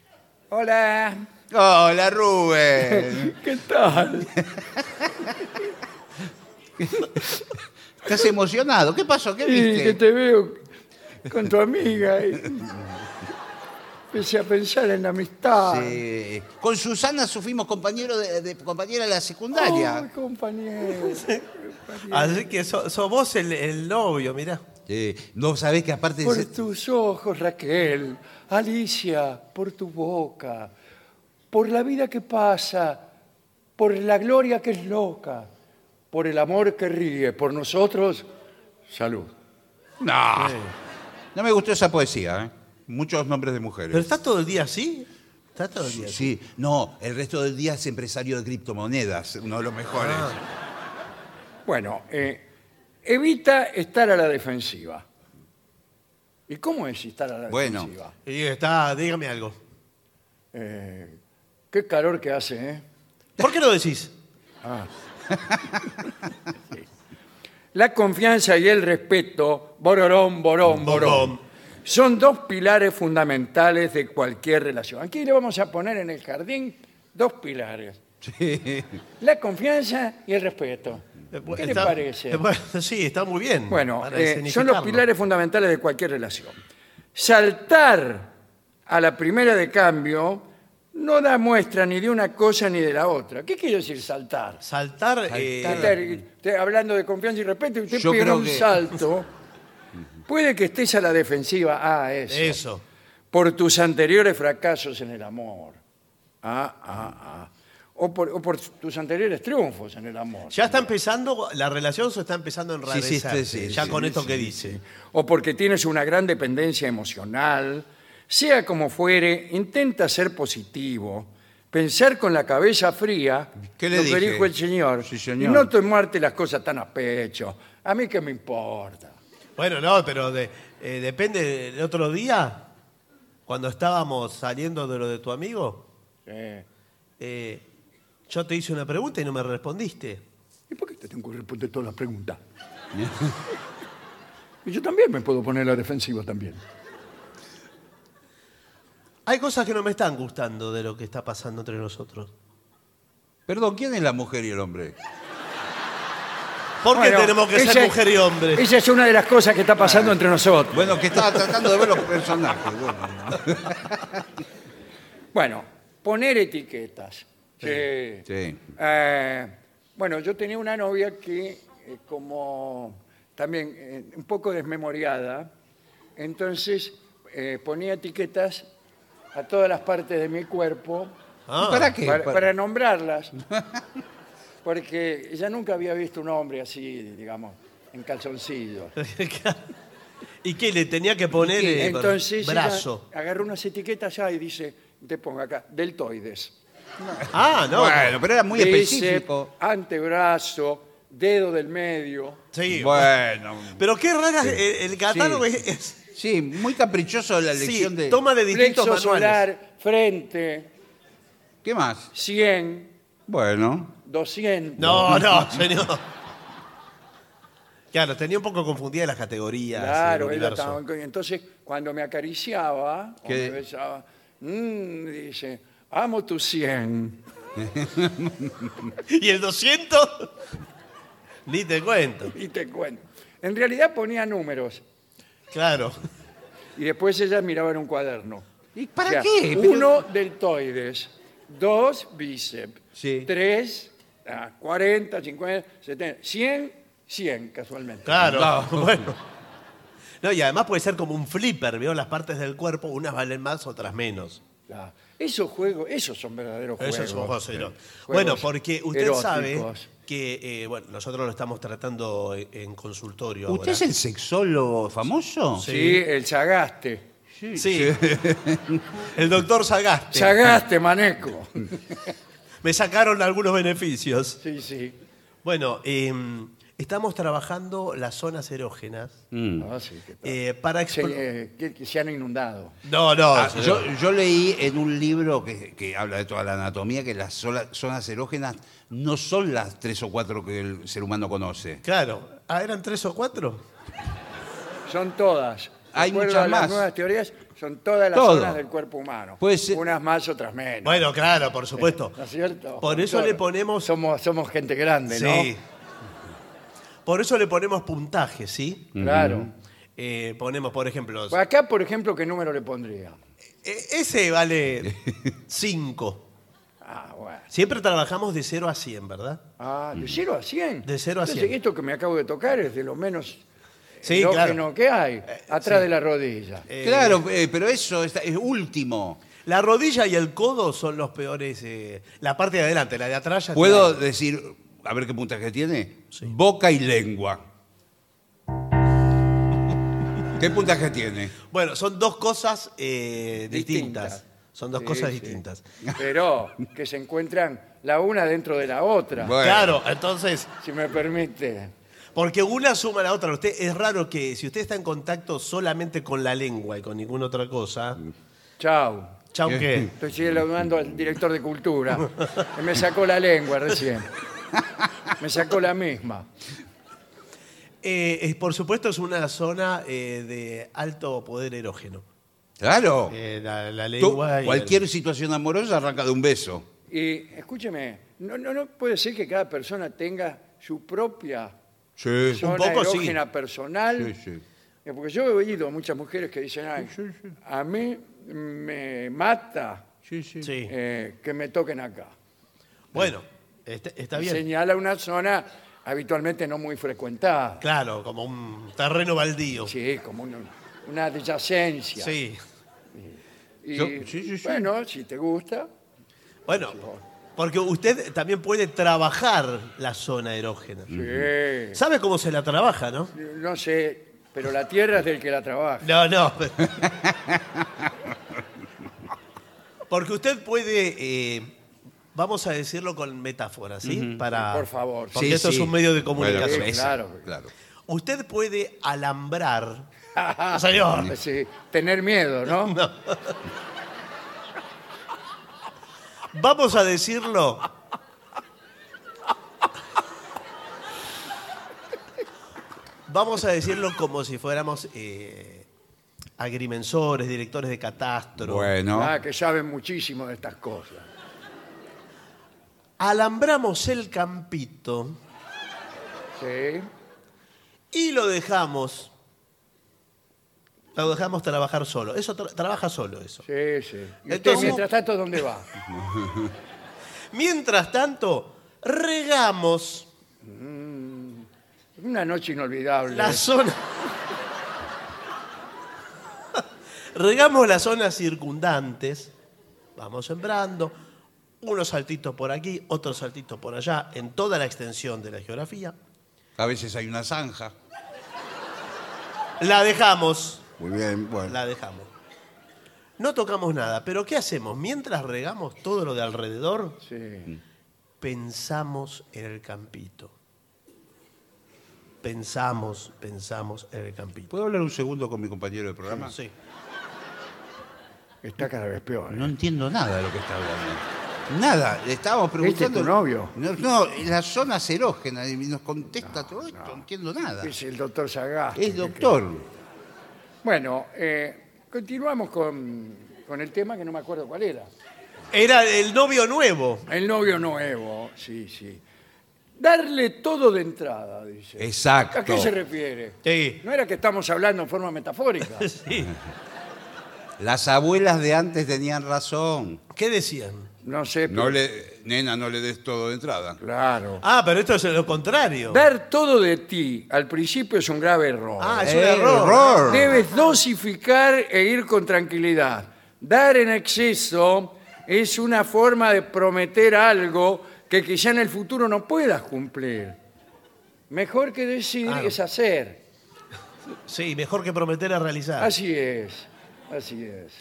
Speaker 1: Hola.
Speaker 3: ¡Hola, Rubén!
Speaker 1: ¿Qué tal?
Speaker 3: ¿Estás emocionado? ¿Qué pasó? ¿Qué
Speaker 1: Sí, que
Speaker 3: viste?
Speaker 1: te veo con tu amiga. y empecé a pensar en la amistad.
Speaker 3: Sí. Con Susana fuimos compañeros de, de- compañera de la
Speaker 1: Ay,
Speaker 3: secundaria.
Speaker 1: compañero.
Speaker 2: Así que sos so vos el, el novio, mirá.
Speaker 3: Sí. No sabés que aparte...
Speaker 1: Por
Speaker 3: se-
Speaker 1: tus ojos, Raquel. Alicia, por tu boca. Por la vida que pasa. Por la gloria que es loca. Por el amor que ríe. Por nosotros, salud.
Speaker 3: No. No me gustó esa poesía. ¿eh? Muchos nombres de mujeres.
Speaker 2: ¿Pero estás todo el día así? ¿Estás todo el día así?
Speaker 3: Sí, no, el resto del día es empresario de criptomonedas, uno de los mejores.
Speaker 2: Ah,
Speaker 1: Bueno, eh, evita estar a la defensiva. ¿Y cómo es estar a la
Speaker 3: Bueno.
Speaker 1: defensiva?
Speaker 2: y está, dígame algo.
Speaker 1: Eh, qué calor que hace, ¿eh?
Speaker 2: ¿Por qué lo decís?
Speaker 1: La confianza y el respeto, bororón, borón, borón,
Speaker 2: Borón.
Speaker 1: son dos pilares fundamentales de cualquier relación. Aquí le vamos a poner en el jardín dos pilares. La confianza y el respeto. ¿Qué le
Speaker 2: Eh, Está-
Speaker 1: parece?
Speaker 2: Eh, bueno, sí, está muy bien.
Speaker 1: Bueno,
Speaker 2: para
Speaker 1: eh, son los
Speaker 2: escenificarlo.
Speaker 1: pilares fundamentales de cualquier relación. Saltar a la primera de cambio no da muestra ni de una cosa ni de la otra. ¿Qué quiere decir saltar?
Speaker 2: Saltar. eh,
Speaker 1: Saltar, y usted hablando de confianza y respeto, y usted
Speaker 3: Yo
Speaker 1: pega
Speaker 3: creo
Speaker 1: un
Speaker 3: que-
Speaker 1: salto. Puede que estés a la defensiva. Ah, eso.
Speaker 2: eso.
Speaker 1: Por tus anteriores fracasos en el amor. Ah, ah, ah. O por, o por tus anteriores triunfos en el amor.
Speaker 2: ¿Ya está empezando la relación o está empezando a
Speaker 3: Sí, sí,
Speaker 2: enrarecerse?
Speaker 3: sí, sí,
Speaker 2: ya
Speaker 3: sí,
Speaker 2: con esto que dice.
Speaker 1: o porque tienes una gran dependencia emocional, sea como fuere, intenta ser positivo, pensar con la cabeza fría,
Speaker 3: ¿Qué le
Speaker 1: lo
Speaker 3: dije?
Speaker 1: que dijo el señor,
Speaker 3: Sí, señor.
Speaker 1: y no tomarte las cosas tan a pecho. A mí qué me importa.
Speaker 2: Bueno, no, pero de- eh, depende. El otro día, cuando estábamos saliendo de lo de tu amigo,
Speaker 1: Eh,
Speaker 2: eh, yo te hice una pregunta y no me respondiste.
Speaker 1: ¿Y por qué te tengo que responder todas las preguntas? Y yo también me puedo poner a la defensiva también.
Speaker 2: Hay cosas que no me están gustando de lo que está pasando entre nosotros.
Speaker 3: Perdón, ¿quién es la mujer y el hombre?
Speaker 2: ¿Por qué
Speaker 1: Bueno,
Speaker 2: tenemos que
Speaker 1: esa-
Speaker 2: ser mujer y hombre?
Speaker 1: Esa es una de las cosas que está pasando entre nosotros.
Speaker 3: Bueno, que estaba tratando de ver los personajes. bueno.
Speaker 1: Bueno, poner etiquetas. Sí.
Speaker 3: sí.
Speaker 1: Eh, bueno, yo tenía una novia que, eh, como también eh, un poco desmemoriada, entonces eh, ponía etiquetas a todas las partes de mi cuerpo
Speaker 2: Ah,
Speaker 3: ¿Para qué?
Speaker 1: para,
Speaker 3: Para-
Speaker 1: para nombrarlas. Porque ella nunca había visto un hombre así, digamos, en calzoncillo.
Speaker 2: ¿Y qué le tenía que poner? eh,
Speaker 1: Entonces ella
Speaker 2: brazo.
Speaker 1: agarró unas etiquetas ya y dice, te pongo acá, deltoides.
Speaker 2: Ah, no.
Speaker 3: Bueno, pero era muy
Speaker 1: Dice
Speaker 3: específico.
Speaker 1: Antebrazo, dedo del medio.
Speaker 2: Sí.
Speaker 3: Bueno.
Speaker 2: Pero qué rara eh, el, catálogo
Speaker 3: Sí.
Speaker 2: es. es-
Speaker 3: Sí, muy caprichoso la
Speaker 2: sí,
Speaker 3: elección de.
Speaker 2: toma de distintos
Speaker 1: Plexo
Speaker 2: manuales.
Speaker 1: solar, frente,
Speaker 3: ¿Qué más?
Speaker 1: 100,
Speaker 3: Bueno.
Speaker 1: 200.
Speaker 2: No, no, señor. Claro, tenía un poco confundida las categorías.
Speaker 1: Claro,
Speaker 2: del
Speaker 1: ella
Speaker 2: universo.
Speaker 1: estaba- Entonces, cuando me acariciaba, o
Speaker 3: ¿Qué?
Speaker 1: me besaba, "Mm", dice, amo tu 100.
Speaker 2: ¿Y el 200? Ni te cuento.
Speaker 1: Y te cuento. En realidad ponía números.
Speaker 2: Claro.
Speaker 1: Y después ella miraba en un cuaderno.
Speaker 3: ¿Y
Speaker 1: O
Speaker 3: para
Speaker 1: sea,
Speaker 3: qué? Pero-
Speaker 1: Uno deltoides, dos bíceps,
Speaker 3: Sí.
Speaker 1: tres, ah, 40, 50, 70, 100, 100 casualmente.
Speaker 2: Claro.
Speaker 3: No.
Speaker 2: Bueno. No, y además puede ser como un flipper, ¿vio? Las partes del cuerpo, unas valen más, otras menos.
Speaker 1: Ah, esos juegos, esos son verdaderos juegos.
Speaker 2: Eso es un juego cero.
Speaker 1: Juegos
Speaker 2: Bueno, porque usted sabe
Speaker 1: eróticos.
Speaker 2: que, eh, bueno, nosotros lo estamos tratando en, en consultorio.
Speaker 3: ¿Usted
Speaker 2: ahora.
Speaker 3: es el sexólogo famoso?
Speaker 1: Sí, el Sagaste.
Speaker 2: Sí. el doctor Sagaste.
Speaker 1: Sagaste, maneco.
Speaker 2: Me sacaron algunos beneficios.
Speaker 1: Sí, sí.
Speaker 2: Bueno, em, estamos trabajando las zonas erógenas
Speaker 3: Mm.
Speaker 1: Ah, sí, qué tal.
Speaker 2: eh, para
Speaker 1: Se,
Speaker 2: explorar.
Speaker 1: eh, que, que se han inundado.
Speaker 2: No, no.
Speaker 3: Ah,
Speaker 2: señor.
Speaker 3: yo, yo leí en un libro que, que habla de toda la anatomía que las sola- zonas erógenas no son las tres o cuatro que el ser humano conoce.
Speaker 2: Claro. Ah, eran tres o cuatro.
Speaker 1: Son todas. De
Speaker 3: Hay
Speaker 1: acuerdo
Speaker 3: muchas
Speaker 1: a las
Speaker 3: más.
Speaker 1: nuevas teorías son todas las
Speaker 3: Todo. Pues, eh,
Speaker 1: zonas del cuerpo humano.
Speaker 3: Puede ser-
Speaker 1: Unas más, otras menos.
Speaker 2: Bueno, claro, por supuesto.
Speaker 3: Eh,
Speaker 1: ¿No es cierto?
Speaker 2: Por eso
Speaker 1: Claro.
Speaker 2: le ponemos.
Speaker 1: Somos, somos gente grande,
Speaker 2: Sí. Por eso le ponemos puntaje, ¿sí?
Speaker 1: ¿no? Claro.
Speaker 2: Eh, ponemos, por ejemplo.
Speaker 1: Pues Acá, por ejemplo, ¿qué número le pondría?
Speaker 2: e- Ese vale cinco.
Speaker 1: Ah, bueno.
Speaker 2: Siempre trabajamos de 0 a 100, ¿verdad?
Speaker 1: Ah,
Speaker 3: Mm.
Speaker 1: de 0 a 100.
Speaker 2: De 0 a
Speaker 1: Entonces,
Speaker 2: 100.
Speaker 1: Esto que me acabo de tocar es de lo menos
Speaker 2: Sí,
Speaker 1: erógeno
Speaker 2: claro.
Speaker 1: que hay, atrás de la rodilla.
Speaker 2: Eh,
Speaker 3: Claro, eh, pero eso está- es último.
Speaker 2: La rodilla y el codo son los peores. eh, la parte de adelante, la de atrás ya
Speaker 3: ¿Puedo
Speaker 2: tiene-
Speaker 3: decir, a ver qué puntaje tiene? Boca y lengua. ¿Qué puntaje tiene?
Speaker 2: Bueno, son dos cosas eh, distintas.
Speaker 1: Distintas.
Speaker 2: Son dos
Speaker 1: Sí,
Speaker 2: cosas
Speaker 1: sí.
Speaker 2: distintas.
Speaker 1: Pero que se encuentran la una dentro de la otra,
Speaker 3: Bueno.
Speaker 2: Claro, entonces,
Speaker 1: si me permite.
Speaker 2: porque una suma a la otra. Usted es raro que si usted está en contacto solamente con la lengua y con ninguna otra cosa,
Speaker 1: Chau.
Speaker 2: chau que.
Speaker 1: Estoy saludando al director de cultura. que me sacó la lengua recién. Me sacó la misma.
Speaker 2: Eh, eh, por supuesto es una zona eh, de alto poder erógeno.
Speaker 3: Claro.
Speaker 2: Eh, la, la
Speaker 3: Tú-
Speaker 2: lengua. y el-
Speaker 3: cualquier situación amorosa arranca de un beso.
Speaker 1: Y escúcheme, no, no, no puede ser que cada persona tenga su propia
Speaker 3: Sí.
Speaker 1: zona
Speaker 2: poco sí.
Speaker 1: erógena personal.
Speaker 3: Sí, sí.
Speaker 1: Eh, Porque yo he oído a muchas mujeres que dicen, "Ay, a mí me mata
Speaker 2: Sí.
Speaker 1: eh, que me toquen acá.
Speaker 2: Bueno, está, está
Speaker 1: Y
Speaker 2: bien.
Speaker 1: Señala una zona habitualmente no muy frecuentada.
Speaker 2: Claro, como un terreno baldío. Sí.
Speaker 1: Sí, como una, una adyacencia. Y,
Speaker 3: Yo- sí, sí, sí.
Speaker 1: Bueno, si te gusta,
Speaker 2: Bueno, porque usted también puede trabajar la zona erógena.
Speaker 1: Mm. sí.
Speaker 2: ¿Sabe cómo se la trabaja, no?
Speaker 1: No sé, pero la tierra es del que la trabaja.
Speaker 2: No, no. pero- Porque usted puede, eh, vamos a decirlo con metáforas, ¿sí? Para,
Speaker 1: Por favor.
Speaker 2: Porque
Speaker 3: Sí,
Speaker 2: esto
Speaker 3: sí.
Speaker 2: es un medio de comunicación.
Speaker 1: Bueno, sí, claro.
Speaker 3: Claro.
Speaker 2: Usted puede alambrar. Señor.
Speaker 1: Sí, eh, tener miedo, ¿no?
Speaker 2: Vamos a decirlo. Vamos a decirlo como si fuéramos eh, agrimensores, directores de catastro.
Speaker 3: Bueno.
Speaker 1: Ah, que saben muchísimo de estas cosas.
Speaker 2: Alambramos el campito
Speaker 1: Sí.
Speaker 2: Y lo dejamos. Lo dejamos trabajar solo. Eso tra- trabaja solo eso.
Speaker 1: Sí, sí. ¿Y usted,
Speaker 2: Entonces-
Speaker 1: mientras tanto, dónde va?
Speaker 2: Mientras tanto, regamos
Speaker 1: Una noche inolvidable.
Speaker 2: la zona. regamos las zonas circundantes. Vamos sembrando. Unos saltitos por aquí, otros saltitos por allá, en toda la extensión de la geografía.
Speaker 3: A veces hay una zanja.
Speaker 2: La dejamos.
Speaker 3: Muy bien, bueno.
Speaker 2: La dejamos. No tocamos nada, pero ¿qué hacemos? Mientras regamos todo lo de alrededor,
Speaker 1: Sí.
Speaker 2: pensamos en el campito. Pensamos, pensamos en el campito.
Speaker 3: ¿Puedo hablar un segundo con mi compañero de programa?
Speaker 2: Sí.
Speaker 1: Está cada vez peor. ¿eh?
Speaker 3: No entiendo nada de lo que está hablando. Nada, le estábamos preguntando.
Speaker 1: ¿Este es tu novio?
Speaker 3: No, no, la zona serógena y nos contesta todo esto, no entiendo nada.
Speaker 1: Es el doctor Sagasti.
Speaker 3: Es doctor.
Speaker 1: Bueno, eh, continuamos con, con el tema que no me acuerdo cuál era.
Speaker 2: Era el novio nuevo.
Speaker 1: El novio nuevo, sí, sí. Darle todo de entrada, dice.
Speaker 3: Exacto.
Speaker 1: ¿A qué se refiere?
Speaker 2: Sí.
Speaker 1: No era que estamos hablando en forma metafórica.
Speaker 3: Las abuelas de antes tenían razón.
Speaker 2: ¿Qué decían?
Speaker 1: No sé.
Speaker 3: No
Speaker 1: pero-
Speaker 3: le, nena, no le des todo de entrada.
Speaker 1: Claro.
Speaker 2: Ah, pero esto es lo contrario.
Speaker 1: Dar todo de ti al principio es un grave error.
Speaker 2: Ah, es un
Speaker 3: Eh,
Speaker 2: error.
Speaker 3: error.
Speaker 1: Debes dosificar e ir con tranquilidad. Dar en exceso es una forma de prometer algo que quizá en el futuro no puedas cumplir. Mejor que decir
Speaker 2: Claro.
Speaker 1: es hacer.
Speaker 2: Sí, mejor que prometer a realizar.
Speaker 1: Así es, así es.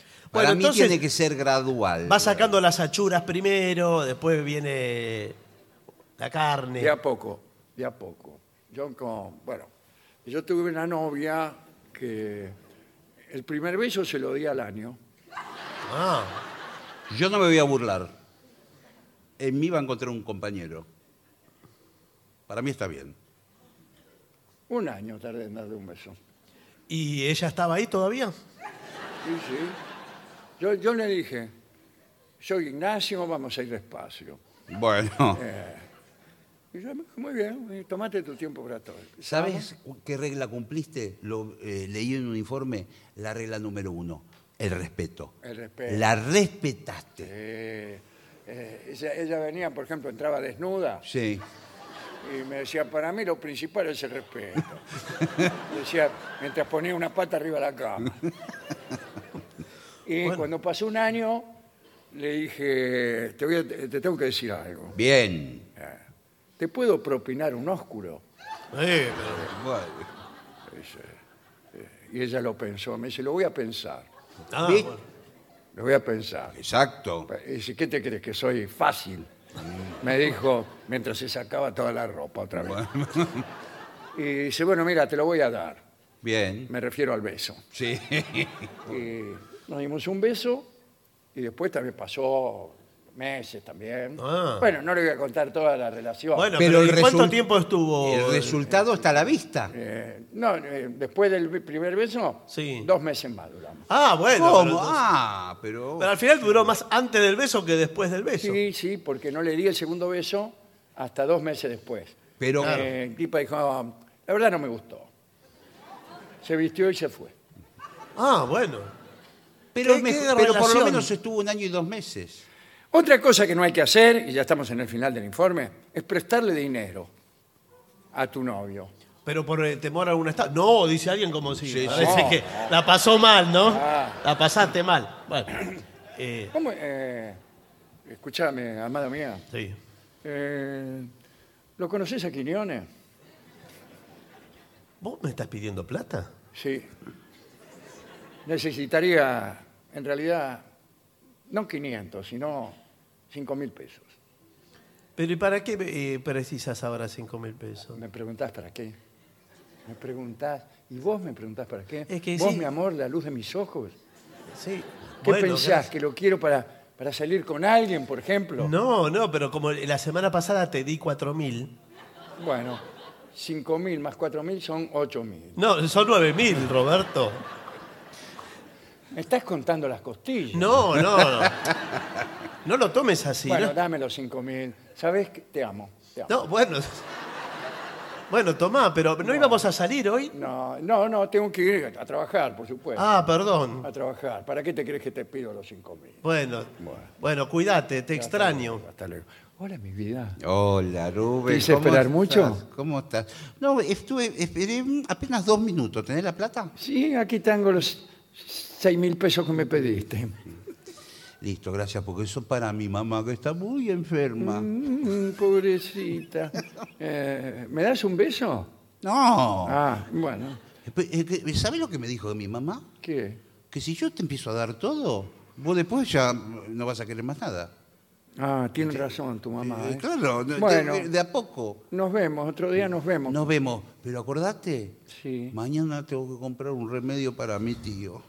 Speaker 2: Bueno,
Speaker 3: Para mí
Speaker 2: entonces-
Speaker 3: tiene que ser gradual.
Speaker 2: Va sacando las achuras primero, después viene la carne.
Speaker 1: De a poco, de a poco. Yo con, bueno, yo tuve una novia que el primer beso se lo di al año.
Speaker 2: Ah,
Speaker 3: Yo no me voy a burlar. En mí va a encontrar un compañero. Para mí está bien.
Speaker 1: Un año tardé en darle un beso.
Speaker 2: ¿Y ella estaba ahí todavía?
Speaker 1: Sí, sí. Yo, yo le dije, soy Ignacio, vamos a ir despacio.
Speaker 3: Bueno.
Speaker 1: Y yo, muy bien, eh, tomate tu tiempo para todo.
Speaker 3: ¿Sabes cu- qué regla cumpliste? Lo eh, leí en un informe, la regla número uno, el respeto.
Speaker 1: El respeto.
Speaker 3: La respetaste.
Speaker 1: Eh, eh, ella, ella venía, por ejemplo, entraba desnuda
Speaker 3: Sí.
Speaker 1: y me decía, para mí lo principal es el respeto. decía, mientras ponía una pata arriba de la cama. Y cuando pasó un año, le dije, te, voy a- te tengo que decir algo. Eh,
Speaker 3: Bien.
Speaker 1: ¿Te puedo propinar un ósculo?
Speaker 2: Eh, pero-
Speaker 3: Bueno.
Speaker 1: Y ella lo pensó, me dice, lo voy a pensar,
Speaker 2: Ah,
Speaker 3: ¿Viste?
Speaker 2: bueno.
Speaker 1: lo voy a pensar.
Speaker 3: Exacto.
Speaker 1: Y dice, ¿qué te crees que soy fácil?
Speaker 2: Mm.
Speaker 1: Me dijo mientras se sacaba toda la ropa otra vez. Y dice, bueno, mira, te lo voy a dar.
Speaker 3: Bien.
Speaker 1: Me refiero al beso.
Speaker 3: Sí.
Speaker 1: Y nos dimos un beso y después también pasó meses también.
Speaker 2: Ah.
Speaker 1: Bueno, no le voy a contar toda la relación.
Speaker 2: Bueno,
Speaker 3: Pero
Speaker 2: pero,
Speaker 3: el
Speaker 2: ¿y cuánto
Speaker 3: resul-
Speaker 2: tiempo estuvo?
Speaker 3: El resultado está a la vista.
Speaker 1: Eh, no, eh, después del primer beso,
Speaker 2: Sí.
Speaker 1: dos meses más duramos.
Speaker 2: Ah, bueno. pero
Speaker 3: ¿Cómo?
Speaker 2: entonces-
Speaker 3: Ah, pero...
Speaker 2: Pero al final duró más antes del beso que después del beso.
Speaker 1: Sí, sí, porque no le di el segundo beso hasta dos meses después.
Speaker 3: Pero-
Speaker 1: Eh, el tipo dijo, "Ah, la verdad no me gustó. Se vistió y se fue.
Speaker 2: Ah, bueno.
Speaker 3: Pero,
Speaker 2: ¿Qué-
Speaker 3: me-
Speaker 2: qué
Speaker 3: pero por lo
Speaker 2: relación?
Speaker 3: menos estuvo un año y dos meses.
Speaker 1: Otra cosa que no hay que hacer, y ya estamos en el final del informe, es prestarle dinero a tu novio.
Speaker 2: Pero por el temor a una estafa. No, dice alguien como si.
Speaker 3: Sí,
Speaker 2: parece
Speaker 1: sí.
Speaker 2: que la pasó mal, ¿no?
Speaker 1: Ah.
Speaker 2: La pasaste mal. Bueno. eh,
Speaker 1: ¿Cómo? eh, escúchame, amada mía.
Speaker 2: sí.
Speaker 1: Eh, ¿Lo conoces a Quiñones?
Speaker 2: ¿Vos me estás pidiendo plata?
Speaker 1: Sí. Necesitaría, en realidad, no 500, sino 5 mil pesos.
Speaker 2: ¿Pero y para qué eh, precisas ahora 5 mil pesos?
Speaker 1: Me preguntás para qué. Me preguntás, y vos me preguntás para qué.
Speaker 2: Es que
Speaker 1: vos,
Speaker 2: sí.
Speaker 1: mi amor, la luz de mis ojos.
Speaker 2: Sí.
Speaker 1: ¿Qué
Speaker 2: Bueno,
Speaker 1: pensás?
Speaker 2: gracias.
Speaker 1: ¿Que lo quiero para, para salir con alguien, por ejemplo?
Speaker 2: No, no, pero como la semana pasada te di 4 mil.
Speaker 1: Bueno, 5.000 más 4.000 son 8.000.
Speaker 2: No, son 9 mil, Roberto.
Speaker 1: Me estás contando las costillas.
Speaker 2: No, no, no. No lo tomes así.
Speaker 1: bueno,
Speaker 2: ¿no?
Speaker 1: dame los 5.000. ¿Sabés que Te amo. Te amo.
Speaker 2: No, bueno. Bueno, tomá, pero ¿no, íbamos a salir hoy?
Speaker 1: No, no, no, tengo que ir a trabajar, por supuesto.
Speaker 2: Ah, perdón.
Speaker 1: A trabajar. ¿Para qué te crees que te pido los 5 mil?
Speaker 2: Bueno, bueno, cuídate, te extraño.
Speaker 1: Hasta luego. Hola, mi vida.
Speaker 3: Hola, Rubén.
Speaker 1: ¿Te hice
Speaker 3: ¿Cómo
Speaker 1: esperar
Speaker 3: estás?
Speaker 1: mucho?
Speaker 3: ¿Cómo estás? No, estuve, esperé apenas dos minutos. ¿Tenés la plata?
Speaker 1: Sí, aquí tengo los 6 mil pesos que me pediste.
Speaker 3: Listo, gracias, porque eso para mi mamá que está muy enferma.
Speaker 1: Mm, pobrecita. Eh, ¿Me das un beso?
Speaker 3: No.
Speaker 1: Ah, bueno.
Speaker 3: ¿Sabes lo que me dijo de mi mamá?
Speaker 1: ¿Qué?
Speaker 3: Que si yo te empiezo a dar todo, vos después ya no vas a querer más nada.
Speaker 1: Ah, tienes razón tu mamá.
Speaker 3: Eh,
Speaker 1: ¿eh?
Speaker 3: claro, de-
Speaker 1: Bueno,
Speaker 3: de, de a poco.
Speaker 1: nos vemos, otro día nos vemos.
Speaker 3: Nos vemos. Pero acordate,
Speaker 1: Sí.
Speaker 3: mañana tengo que comprar un remedio para mi tío.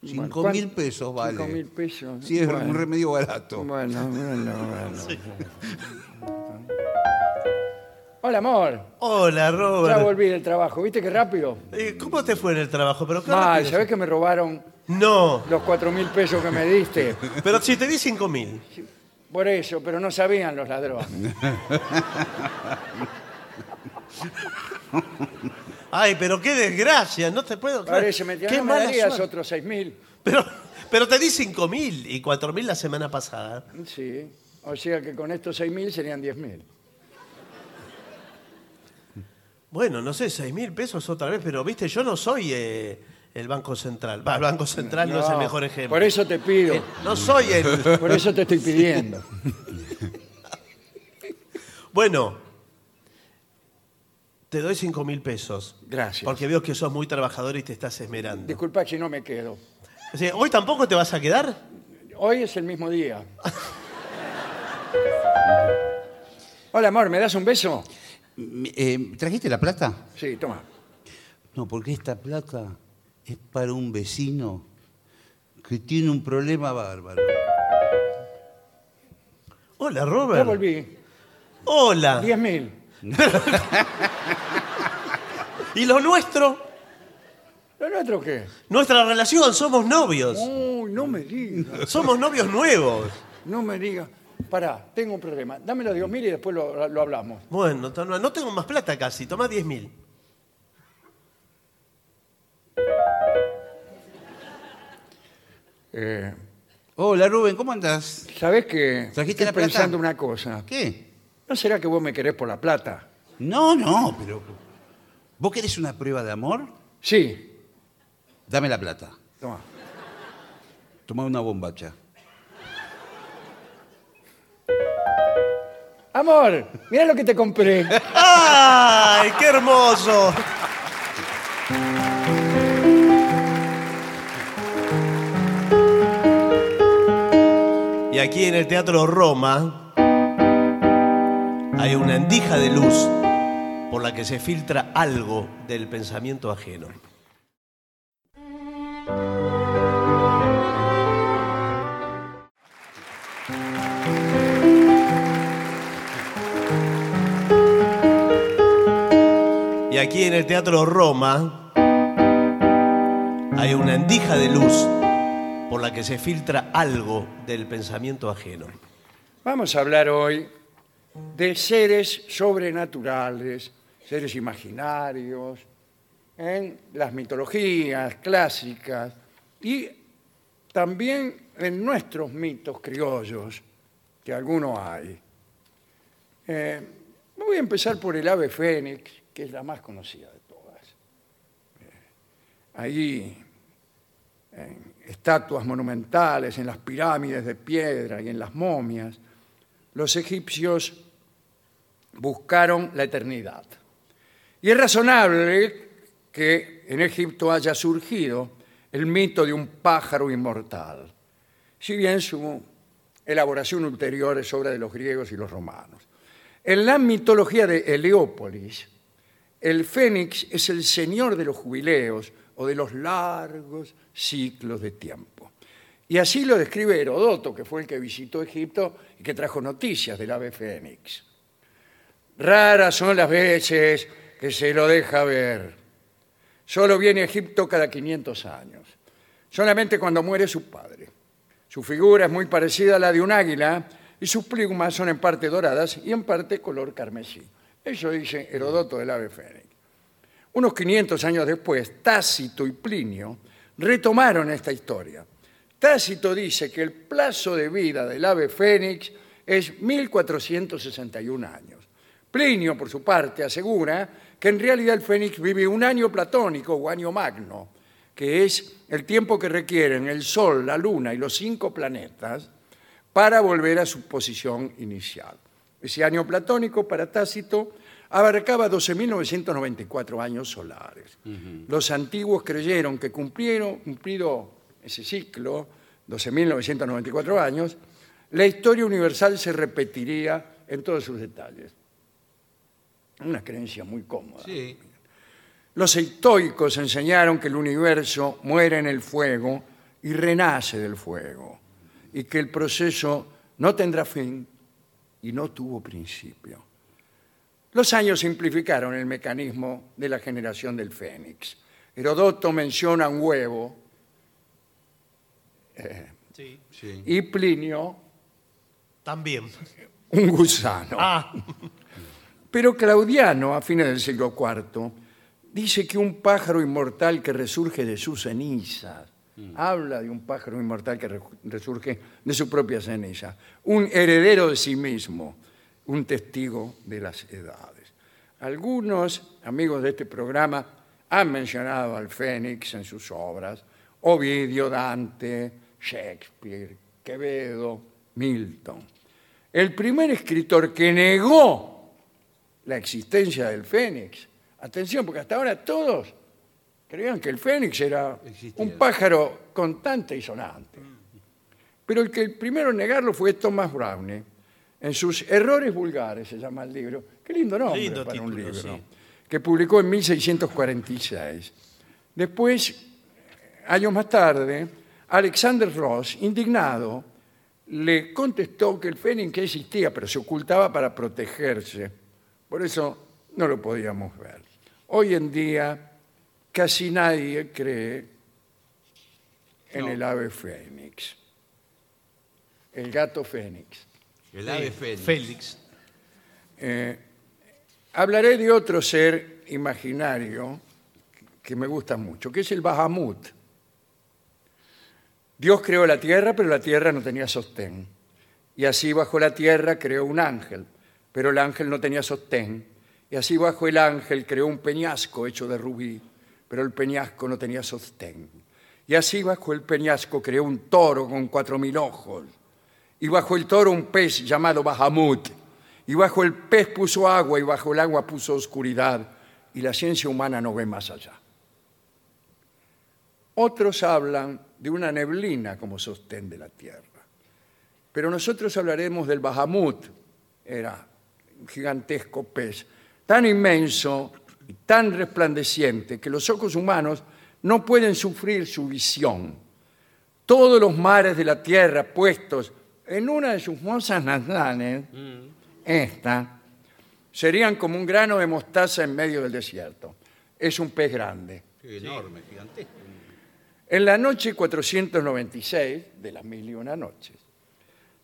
Speaker 1: Bueno,
Speaker 3: Cinco
Speaker 1: ¿cuán-
Speaker 3: mil pesos vale.
Speaker 1: Cinco mil pesos.
Speaker 3: Sí, es
Speaker 1: Bueno.
Speaker 3: un remedio barato.
Speaker 1: Bueno, bueno, bueno. Hola, amor.
Speaker 2: Hola,
Speaker 1: Ya
Speaker 2: Robert.
Speaker 1: volví del trabajo. ¿Viste qué rápido?
Speaker 2: Eh, ¿Cómo te fue en el trabajo? Pero qué
Speaker 1: Mal,
Speaker 2: rápido.
Speaker 1: ¿sabés que me robaron
Speaker 2: No,
Speaker 1: los cuatro mil pesos que me diste?
Speaker 2: pero si te di 5 mil.
Speaker 1: Por eso, pero no sabían los ladrones.
Speaker 2: Ay, pero qué desgracia, no te puedo creer.
Speaker 1: Parece, me,
Speaker 2: qué
Speaker 1: no me
Speaker 2: mala
Speaker 1: darías
Speaker 2: suerte.
Speaker 1: otros seis mil.
Speaker 2: Pero, pero te di 5 mil y 4 mil la semana pasada.
Speaker 1: Sí. O sea que con estos seis mil serían diez mil.
Speaker 2: Bueno, no sé, 6 mil pesos otra vez, pero viste, yo no soy eh, el Banco Central. Va, el Banco Central no, es el mejor ejemplo.
Speaker 1: Por eso te pido.
Speaker 2: Eh, No soy el.
Speaker 1: Por eso te estoy pidiendo.
Speaker 2: Bueno, te doy 5 mil pesos.
Speaker 1: Gracias.
Speaker 2: Porque veo que sos muy trabajador y te estás esmerando.
Speaker 1: Disculpa si no me quedo.
Speaker 2: O sea, ¿Hoy tampoco te vas a quedar?
Speaker 1: Hoy es el mismo día. Hola, amor, ¿me das un beso?
Speaker 3: Mi- eh, ¿Trajiste la plata?
Speaker 1: Sí, toma.
Speaker 3: No, porque esta plata es para un vecino que tiene un problema bárbaro.
Speaker 2: Hola,
Speaker 1: Ya
Speaker 2: Robert.
Speaker 1: volví.
Speaker 3: Ah.
Speaker 2: Hola.
Speaker 1: Diez mil.
Speaker 2: ¿Y lo nuestro?
Speaker 1: ¿Lo nuestro qué?
Speaker 2: Nuestra relación, somos novios.
Speaker 1: Uy, no me digas.
Speaker 2: Somos novios nuevos.
Speaker 1: No me digas. Pará, tengo un problema. Dame los diez mil y después lo, lo hablamos.
Speaker 2: Bueno, to- no, no tengo más plata casi, toma 10 mil.
Speaker 1: Eh,
Speaker 3: Hola, Rubén, ¿cómo andás?
Speaker 1: ¿Sabés que
Speaker 3: ¿Trajiste
Speaker 1: Estoy
Speaker 3: la plata?
Speaker 1: pensando una cosa.
Speaker 3: ¿Qué?
Speaker 1: ¿No será que vos me querés por la plata?
Speaker 3: No, no, pero... ¿Vos querés una prueba de amor?
Speaker 1: Sí.
Speaker 3: Dame la plata.
Speaker 1: Toma.
Speaker 3: Tomá una bombacha.
Speaker 1: Amor, mirá lo que te compré.
Speaker 2: ¡Ay, qué hermoso! Y aquí en el Teatro Roma hay una endija de luz por la que se filtra algo del pensamiento ajeno. Y aquí en el Teatro Roma hay una endija de luz por la que se filtra algo del pensamiento ajeno.
Speaker 1: Vamos a hablar hoy de seres sobrenaturales, seres imaginarios, en las mitologías clásicas y también en nuestros mitos criollos, que algunos hay. Eh, voy a empezar por el ave fénix, que es la más conocida de todas. Eh, ahí estatuas monumentales, en las pirámides de piedra y en las momias, los egipcios buscaron la eternidad. Y es razonable que en Egipto haya surgido el mito de un pájaro inmortal, si bien su elaboración ulterior es obra de los griegos y los romanos. En la mitología de Heliópolis, el fénix es el señor de los jubileos o de los largos ciclos de tiempo. Y así lo describe Herodoto, que fue el que visitó Egipto y que trajo noticias del ave fénix. Raras son las veces que se lo deja ver. Solo viene a Egipto cada 500 años, solamente cuando muere su padre. Su figura es muy parecida a la de un águila y sus plumas son en parte doradas y en parte color carmesí. Eso dice Herodoto del ave fénix. Unos 500 años después, Tácito y Plinio retomaron esta historia. Tácito dice que el plazo de vida del ave fénix es 1461 años. Plinio, por su parte, asegura que en realidad el fénix vive un año platónico o año magno, que es el tiempo que requieren el Sol, la Luna y los cinco planetas para volver a su posición inicial. Ese año platónico para Tácito abarcaba 12.994 años solares. Los antiguos creyeron que cumplieron, cumplido ese ciclo, 12.994 años, la historia universal se repetiría en todos sus detalles. Una creencia muy cómoda.
Speaker 2: Sí.
Speaker 1: Los estoicos enseñaron que el universo muere en el fuego y renace del fuego, y que el proceso no tendrá fin y no tuvo principio. Los años simplificaron el mecanismo de la generación del fénix. Herodoto menciona un huevo eh,
Speaker 3: Sí.
Speaker 1: y Plinio
Speaker 2: También.
Speaker 1: un gusano.
Speaker 2: Ah,
Speaker 1: Pero Claudiano, a fines del siglo IV, dice que un pájaro inmortal que resurge de sus cenizas, habla de un pájaro inmortal que re- resurge de su propia ceniza, un heredero de sí mismo, un testigo de las edades. Algunos amigos de este programa han mencionado al Fénix en sus obras, Ovidio, Dante, Shakespeare, Quevedo, Milton. El primer escritor que negó la existencia del Fénix. Atención, porque hasta ahora todos creían que el Fénix era
Speaker 3: Existía.
Speaker 1: un pájaro constante y sonante. Pero el que el primero en negarlo fue Thomas Browne. En sus Errores Vulgares se llama el libro. Qué lindo nombre
Speaker 2: Lindo
Speaker 1: para un
Speaker 2: título,
Speaker 1: libro.
Speaker 2: sí.
Speaker 1: Que publicó en 1646. Después, años más tarde, Alexander Ross, indignado, le contestó que el fénix existía, pero se ocultaba para protegerse. Por eso no lo podíamos ver. Hoy en día casi nadie cree en el ave fénix. El gato fénix.
Speaker 3: El ave fénix.
Speaker 2: Félix.
Speaker 1: Eh, hablaré de otro ser imaginario que me gusta mucho, que es el Bahamut. Dios creó la tierra, pero la tierra no tenía sostén. Y así bajo la tierra creó un ángel, pero el ángel no tenía sostén. Y así bajo el ángel creó un peñasco hecho de rubí, pero el peñasco no tenía sostén. Y así bajo el peñasco creó un toro con cuatro mil ojos. Y bajo el toro un pez llamado Bahamut. Y bajo el pez puso agua y bajo el agua puso oscuridad. Y la ciencia humana no ve más allá. Otros hablan de una neblina como sostén de la tierra. Pero nosotros hablaremos del Bahamut, era un gigantesco pez, tan inmenso y tan resplandeciente que los ojos humanos no pueden sufrir su visión. Todos los mares de la tierra puestos en una de sus mozas nazanes,
Speaker 3: Mm.
Speaker 1: esta, serían como un grano de mostaza en medio del desierto. Es un pez grande.
Speaker 3: Enorme, gigantesco.
Speaker 1: En la noche 496 de las mil y una noches,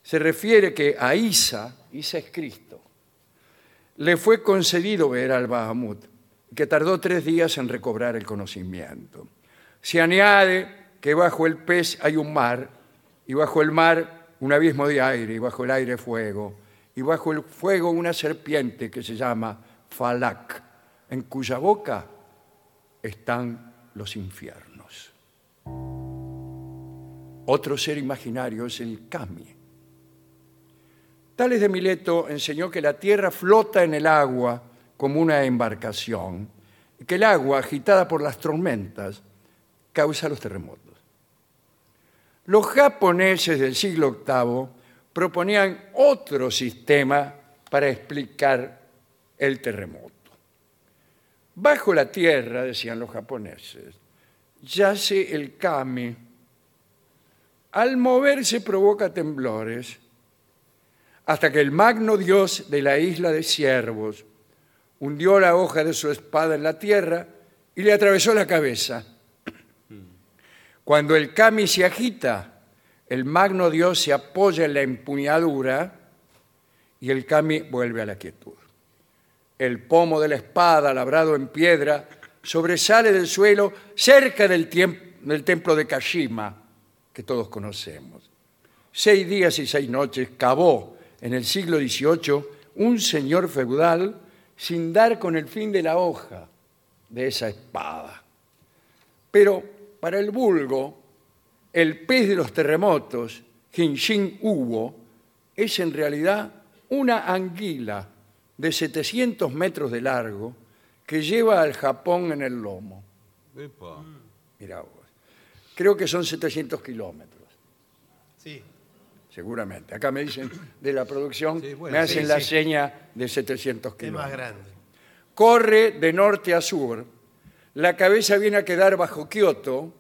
Speaker 1: se refiere que a Isa, Isa es Cristo, le fue concedido ver al Bahamut, que tardó tres días en recobrar el conocimiento. Se añade que bajo el pez hay un mar, y bajo el mar un abismo de aire, y bajo el aire fuego, y bajo el fuego una serpiente que se llama Falak, en cuya boca están los infiernos. Otro ser imaginario es el Kami. Tales de Mileto enseñó que la tierra flota en el agua como una embarcación y que el agua, agitada por las tormentas, causa los terremotos. Los japoneses del siglo VIII proponían otro sistema para explicar el terremoto. Bajo la tierra, decían los japoneses, yace el kami. Al moverse provoca temblores hasta que el magno dios de la isla de siervos hundió la hoja de su espada en la tierra y le atravesó la cabeza. Cuando el kami se agita, el magno dios se apoya en la empuñadura y el kami vuelve a la quietud. El pomo de la espada, labrado en piedra, sobresale del suelo cerca del, tiemp- del templo de Kashima, que todos conocemos. Seis días y seis noches cavó en el siglo XVIII un señor feudal sin dar con el fin de la hoja de esa espada. Pero para el vulgo, el pez de los terremotos, Hinshin Hugo, es en realidad una anguila de 700 metros de largo que lleva al Japón en el lomo. Mirá vos. Creo que son 700 kilómetros,
Speaker 2: Sí.
Speaker 1: seguramente. Acá me dicen de la producción,
Speaker 4: Sí, bueno,
Speaker 1: me hacen
Speaker 4: sí,
Speaker 1: la
Speaker 4: sí.
Speaker 1: seña de 700
Speaker 2: Es más
Speaker 1: kilómetros.
Speaker 2: grande.
Speaker 1: corre de norte a sur, la cabeza viene a quedar bajo Kioto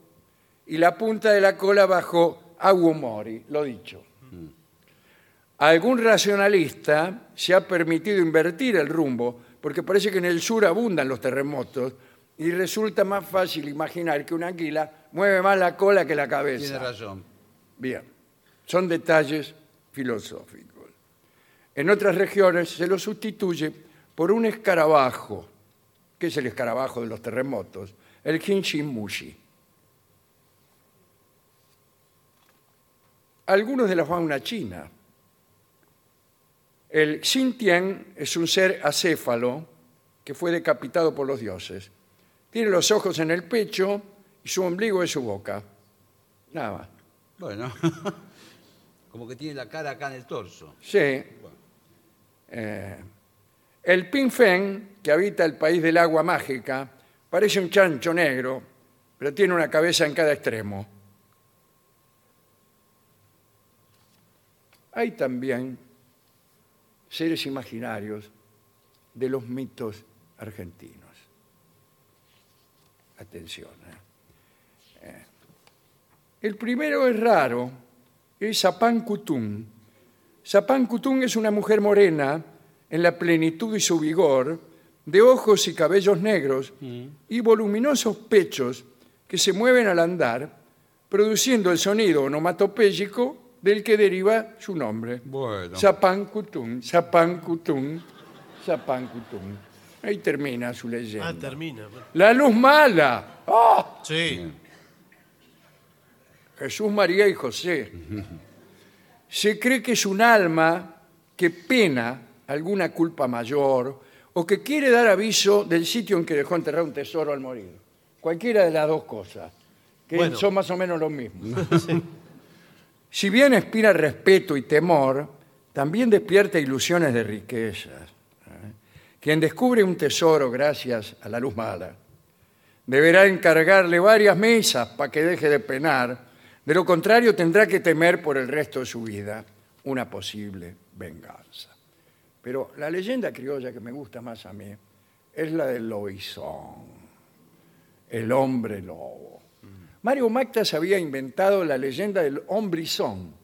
Speaker 1: y la punta de la cola bajo Aguomori, lo dicho.
Speaker 4: Mm.
Speaker 1: Algún racionalista se ha permitido invertir el rumbo, porque parece que en el sur abundan los terremotos y resulta más fácil imaginar que una anguila mueve más la cola que la cabeza.
Speaker 3: Tiene razón.
Speaker 1: Bien, son detalles filosóficos. En otras regiones se lo sustituye por un escarabajo, que es el escarabajo de los terremotos, el Hinshimushi. Algunos de la fauna china. El Xintian es un ser acéfalo que fue decapitado por los dioses. Tiene los ojos en el pecho y su ombligo es su boca. Nada más.
Speaker 3: Bueno. Como que tiene la cara acá en el torso.
Speaker 1: Sí. Eh, el pinfen, que habita el país del agua mágica, parece un chancho negro, pero tiene una cabeza en cada extremo. Hay también seres imaginarios de los mitos argentinos. Atención. ¿eh? Eh, El primero es raro, es Zapán Cutum. Zapán Cutún es una mujer morena, en la plenitud y su vigor, de ojos y cabellos negros y voluminosos pechos que se mueven al andar, produciendo el sonido onomatopéyico del que deriva su nombre.
Speaker 4: Bueno.
Speaker 1: Zapán Cutún, Zapán Cutún, Zapán Cutún. Ahí termina su leyenda.
Speaker 2: Ah, termina.
Speaker 1: La luz mala. ¡Ah!
Speaker 2: Sí.
Speaker 1: Jesús, María y José. Se cree que es un alma que pena alguna culpa mayor o que quiere dar aviso del sitio en que dejó enterrado un tesoro al morir. Cualquiera de las dos cosas, que
Speaker 2: Bueno.
Speaker 1: son más o menos lo mismo. Si bien inspira respeto y temor, también despierta ilusiones de riquezas. ¿eh? Quien descubre un tesoro gracias a la luz mala deberá encargarle varias mesas para que deje de penar. De lo contrario, tendrá que temer por el resto de su vida una posible venganza. Pero la leyenda criolla que me gusta más a mí es la del Loizón, el hombre lobo. Mario Mactas había inventado la leyenda del hombrizón.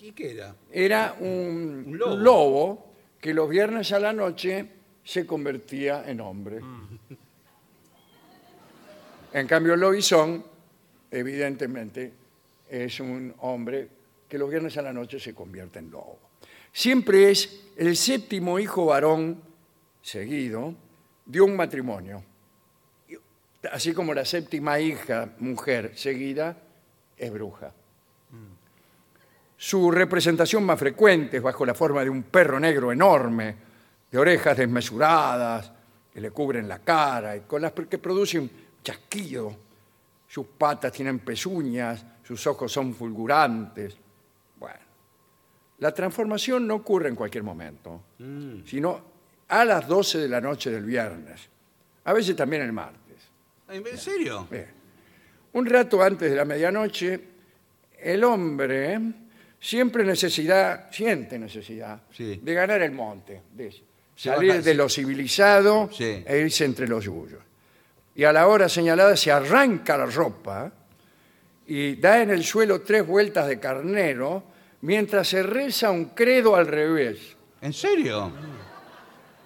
Speaker 3: ¿Y qué era?
Speaker 1: Era un,
Speaker 3: Un
Speaker 1: lobo.
Speaker 3: lobo.
Speaker 1: que los viernes a la noche se convertía en hombre. En cambio, Lobizón, evidentemente, es un hombre que los viernes a la noche se convierte en lobo. Siempre es el séptimo hijo varón seguido de un matrimonio. Y- Así como la séptima hija mujer seguida es bruja. Su representación más frecuente es bajo la forma de un perro negro enorme, de orejas desmesuradas, que le cubren la cara y con las que producen chasquido. Sus patas tienen pezuñas, sus ojos son fulgurantes. Bueno, la transformación no ocurre en cualquier momento, sino a las 12 de la noche del viernes, a veces también el martes.
Speaker 3: ¿En serio?
Speaker 1: Bien. Un rato antes de la medianoche, el hombre siempre necesidad, siente necesidad
Speaker 3: Sí.
Speaker 1: de ganar el monte, de
Speaker 3: Se
Speaker 1: salir
Speaker 3: baja-
Speaker 1: de
Speaker 3: se-
Speaker 1: lo civilizado
Speaker 3: Sí.
Speaker 1: e irse entre los yuyos. Y a la hora señalada se arranca la ropa y da en el suelo tres vueltas de carnero mientras se reza un credo al revés.
Speaker 3: ¿En serio?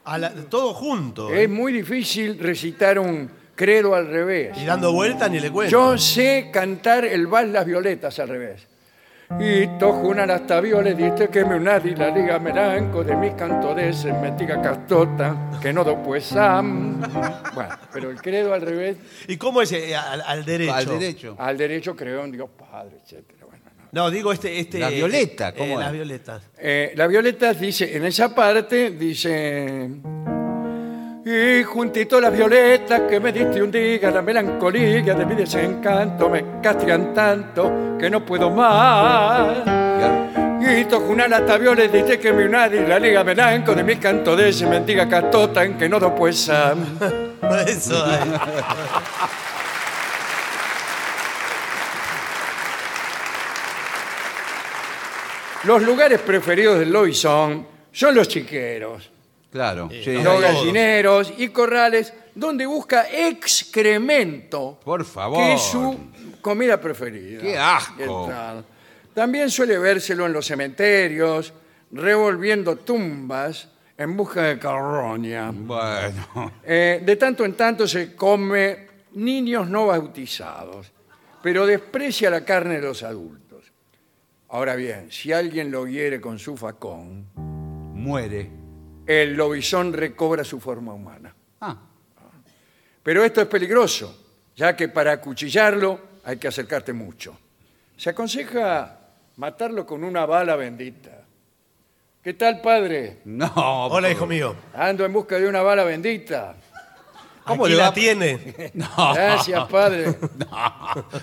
Speaker 2: A la- todo junto. ¿eh?
Speaker 1: Es muy difícil recitar un credo al revés.
Speaker 2: Y dando vueltas ni le cuento.
Speaker 1: Yo sé cantar el vals Las Violetas al revés. Y tojunan hasta violes, diste que me unadi la liga meranco de mis cantores, en metiga castota, que no do pues am. Bueno, pero el credo al revés,
Speaker 2: ¿Y cómo es eh, al, al derecho?
Speaker 3: Al derecho.
Speaker 1: al derecho creo en Dios Padre, etcétera. Bueno, no.
Speaker 2: No, digo este. este
Speaker 3: La Violeta, ¿cómo
Speaker 2: Las
Speaker 3: es?
Speaker 2: violetas.
Speaker 1: Eh, la Violeta dice, en esa parte dice... Y juntito a las violetas que me diste un día, la melancolía de mi desencanto me castigan tanto que no puedo más.
Speaker 3: Claro.
Speaker 1: Y Tojunan hasta violes dice que mi unadi la liga melanco de mis canto de ese mendiga catotan que no do pues am.
Speaker 2: Eso, eh. ahí.
Speaker 1: Los lugares preferidos de Lois son, son los chiqueros,
Speaker 3: Claro. sí.
Speaker 2: no,
Speaker 1: los
Speaker 2: todos.
Speaker 1: gallineros y corrales, donde busca excremento,
Speaker 3: Por favor.
Speaker 1: que es su comida preferida.
Speaker 3: Qué asco.
Speaker 1: Y tal. También suele vérselo en los cementerios, revolviendo tumbas en busca de carroña.
Speaker 3: Bueno.
Speaker 1: Eh, de tanto en tanto se come niños no bautizados, pero desprecia la carne de los adultos. Ahora bien, si alguien lo hiere con su facón,
Speaker 3: Muere.
Speaker 1: el lobizón recobra su forma humana.
Speaker 3: Ah.
Speaker 1: Pero esto es peligroso, ya que para acuchillarlo hay que acercarte mucho. Se aconseja matarlo con una bala bendita. ¿Qué tal, padre?
Speaker 3: No.
Speaker 2: Hola,
Speaker 3: por-
Speaker 2: hijo mío.
Speaker 1: Ando en busca de una bala bendita.
Speaker 3: ¿Cómo
Speaker 2: Aquí
Speaker 3: le
Speaker 2: la
Speaker 3: va?
Speaker 2: tiene?
Speaker 3: No.
Speaker 1: Gracias, padre.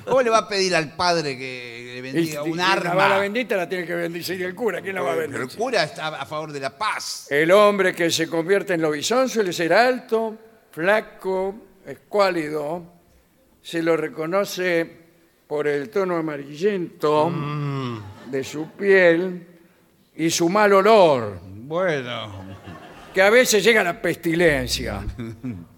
Speaker 3: ¿Cómo le va a pedir al padre que le bendiga
Speaker 1: Y- y
Speaker 3: un
Speaker 1: La bala
Speaker 3: arma?
Speaker 1: bendita la tiene que bendecir el cura. ¿Quién la va a
Speaker 3: Pero el
Speaker 1: bendecir?
Speaker 3: cura está a favor de la paz.
Speaker 1: El hombre que se convierte en lobizón suele ser alto, flaco, escuálido. Se lo reconoce por el tono amarillento
Speaker 3: Mm.
Speaker 2: Mm,
Speaker 1: de su piel y su mal olor,
Speaker 3: Bueno.
Speaker 1: que a veces llega a la pestilencia.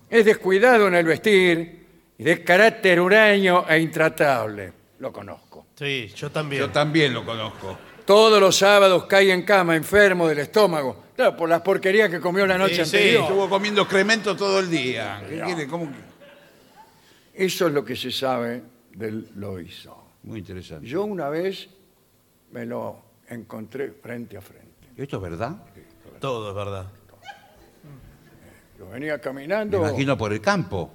Speaker 1: Es descuidado en el vestir y de carácter huraño e intratable. Lo conozco.
Speaker 2: Sí, yo también.
Speaker 3: Yo también lo conozco.
Speaker 1: Todos los sábados cae en cama enfermo del estómago. Claro, por las porquerías que comió la noche
Speaker 3: Sí, sí,
Speaker 1: anterior.
Speaker 3: estuvo comiendo excremento todo el día. ¿Qué quiere? ¿Cómo que?
Speaker 1: Eso es lo que se sabe del Loiso.
Speaker 3: Muy interesante.
Speaker 1: Yo una vez me lo encontré frente a frente.
Speaker 3: ¿Esto es verdad?
Speaker 2: Todo es verdad.
Speaker 1: Yo venía
Speaker 3: Me
Speaker 1: caminando
Speaker 3: imagino por el campo.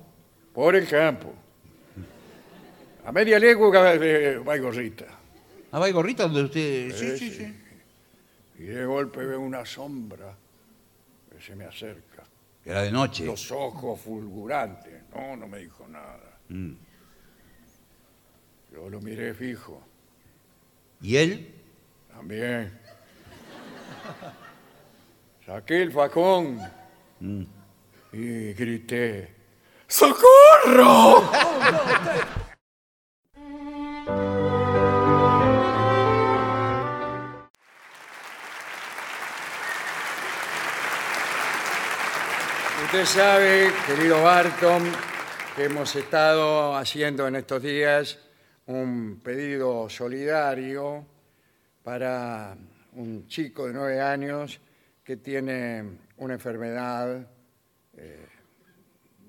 Speaker 1: por el campo. A media legua eh, de Baigorrita.
Speaker 3: Ah, va y gorrita donde usted. Sí, sí, sí.
Speaker 1: Y de golpe veo una sombra que se me acerca.
Speaker 3: Era de noche.
Speaker 1: Los ojos fulgurantes. No, no me dijo nada. Yo lo miré fijo.
Speaker 3: ¿Y él?
Speaker 1: También. Saqué el facón y grité. ¡Socorro! Usted sabe, querido Barton, que hemos estado haciendo en estos días un pedido solidario para un chico de nueve años que tiene una enfermedad eh,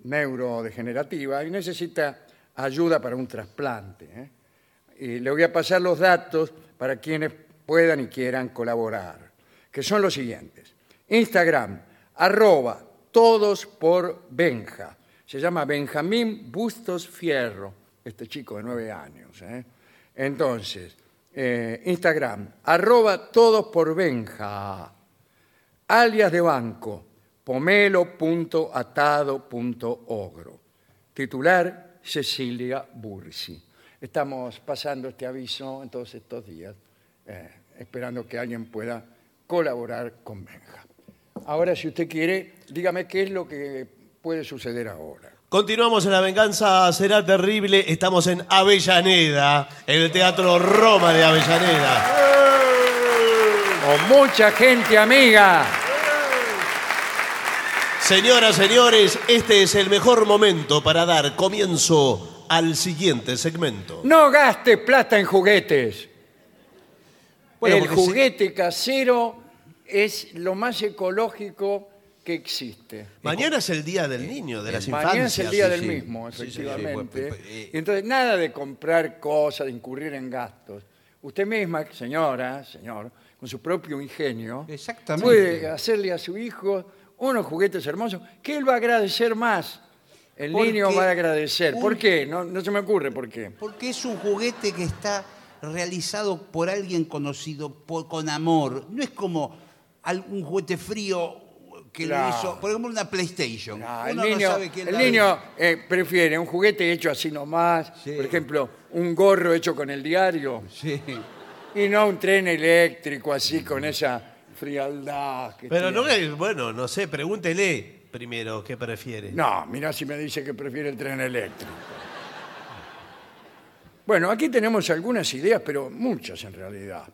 Speaker 1: neurodegenerativa y necesita ayuda para un trasplante. ¿eh? Y le voy a pasar los datos para quienes puedan y quieran colaborar, que son los siguientes. Instagram, arroba todos por Benja. Se llama Benjamín Bustos Fierro, este chico de nueve años. ¿eh? Entonces, eh, Instagram, arroba todos por Benja alias de banco, pomelo.atado.ogro. Titular, Cecilia Bursi. Estamos pasando este aviso en todos estos días, eh, esperando que alguien pueda colaborar con Benja. Ahora, si usted quiere, dígame qué es lo que puede suceder ahora.
Speaker 2: Continuamos en La Venganza Será Terrible. Estamos en Avellaneda, en el Teatro Roma de Avellaneda.
Speaker 1: Con mucha gente amiga.
Speaker 2: Señoras, señores, este es el mejor momento para dar comienzo al siguiente segmento.
Speaker 1: No gaste plata en juguetes.
Speaker 3: Bueno,
Speaker 1: el
Speaker 3: porque se-
Speaker 1: juguete casero es lo más ecológico que existe.
Speaker 2: Mañana es el Día del Niño, de las
Speaker 1: Mañana es el
Speaker 2: Infancias.
Speaker 1: día
Speaker 3: sí,
Speaker 1: del
Speaker 3: sí.
Speaker 1: mismo,
Speaker 3: Sí, sí, sí,
Speaker 1: efectivamente.
Speaker 3: bueno, pe- pe- eh.
Speaker 1: Entonces, nada de comprar cosas, de incurrir en gastos. usted misma, señora, señor, con su propio ingenio,
Speaker 3: Exactamente.
Speaker 1: puede hacerle a su hijo unos juguetes hermosos que él va a agradecer más. El
Speaker 3: Porque
Speaker 1: niño va a agradecer. ¿Por
Speaker 3: un-
Speaker 1: qué? No, no se me ocurre por qué.
Speaker 3: Porque es un juguete que está realizado por alguien conocido, por- con amor. No es como algún juguete frío que
Speaker 1: Claro.
Speaker 3: lo hizo, por ejemplo, una PlayStation.
Speaker 1: Ah, el
Speaker 3: Uno
Speaker 1: niño,
Speaker 3: no sabe quién
Speaker 1: el
Speaker 3: la
Speaker 1: niño, eh, prefiere un juguete hecho así nomás,
Speaker 3: Sí.
Speaker 1: por ejemplo, un gorro hecho con el diario,
Speaker 3: hizo. Sí.
Speaker 1: y no un tren eléctrico así con esa frialdad. que
Speaker 2: Pero no
Speaker 1: tiene.
Speaker 2: es, bueno, no sé, pregúntele primero qué prefiere.
Speaker 1: No, mirá si me dice que prefiere el tren eléctrico. Bueno, aquí tenemos algunas ideas, pero muchas en realidad.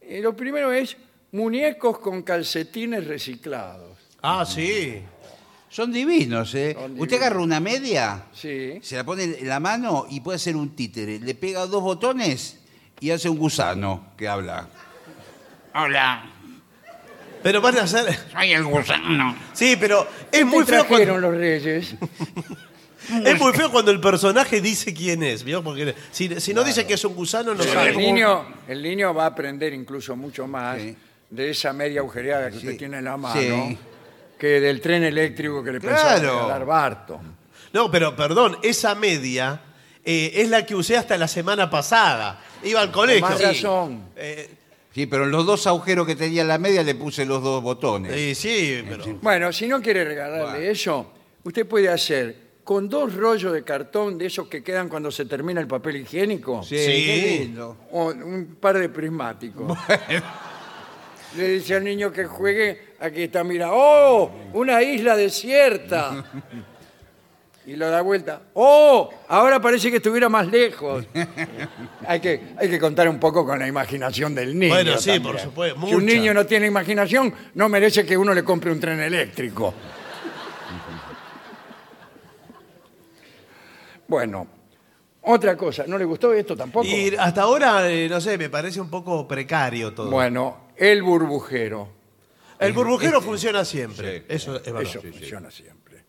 Speaker 1: Eh, lo primero es muñecos con calcetines reciclados.
Speaker 2: Ah, sí.
Speaker 3: Son divinos, ¿eh?
Speaker 1: Son
Speaker 3: Usted
Speaker 1: divinos.
Speaker 3: agarra una media,
Speaker 1: Sí.
Speaker 3: se la pone en la mano y puede hacer un títere. Le pega dos botones y hace un gusano que habla.
Speaker 4: Hola,
Speaker 2: Pero van a hacer.
Speaker 4: soy el gusano.
Speaker 2: Sí, pero es muy
Speaker 1: Muy
Speaker 2: feo cuando,
Speaker 1: trajeron los reyes.
Speaker 2: es muy feo cuando el personaje dice quién es, ¿vio? Porque si, si no dice que es un gusano, no
Speaker 1: Pero
Speaker 2: sabe
Speaker 1: el,
Speaker 2: cómo-
Speaker 1: niño, el niño va a aprender incluso mucho más
Speaker 3: Sí.
Speaker 1: de esa media agujereada que
Speaker 3: Sí.
Speaker 1: usted tiene en la mano
Speaker 3: Sí.
Speaker 1: que del tren eléctrico que le
Speaker 3: Claro.
Speaker 1: pensaba dar Barton.
Speaker 2: No, pero perdón, esa media eh, es la que usé hasta la semana pasada. Iba al colegio.
Speaker 1: Más
Speaker 2: Sí.
Speaker 1: razón.
Speaker 2: Eh,
Speaker 3: Sí, pero en los dos agujeros que tenía la media le puse los dos botones.
Speaker 2: eh, sí, pero.
Speaker 1: Bueno, si no quiere regalarle
Speaker 3: Bueno.
Speaker 1: eso, usted puede hacer con dos rollos de cartón de esos que quedan cuando se termina el papel higiénico
Speaker 2: Sí.
Speaker 3: qué lindo.
Speaker 1: o un par de prismáticos. Le dice al niño que juegue, aquí está, mira, ¡oh! Una isla desierta. Y lo da vuelta. ¡Oh! Ahora parece que estuviera más lejos. hay, que, hay que contar un poco con la imaginación del niño.
Speaker 2: Bueno, sí,
Speaker 1: también.
Speaker 2: por supuesto,
Speaker 1: Si un
Speaker 2: mucha.
Speaker 1: niño no tiene imaginación, no merece que uno le compre un tren eléctrico. bueno, otra cosa. ¿No le gustó esto tampoco?
Speaker 2: Y hasta ahora, eh, no sé, me parece un poco precario todo.
Speaker 1: Bueno, el burbujero.
Speaker 2: el burbujero funciona siempre.
Speaker 3: Sí.
Speaker 2: Eso es verdad.
Speaker 1: Eso funciona siempre.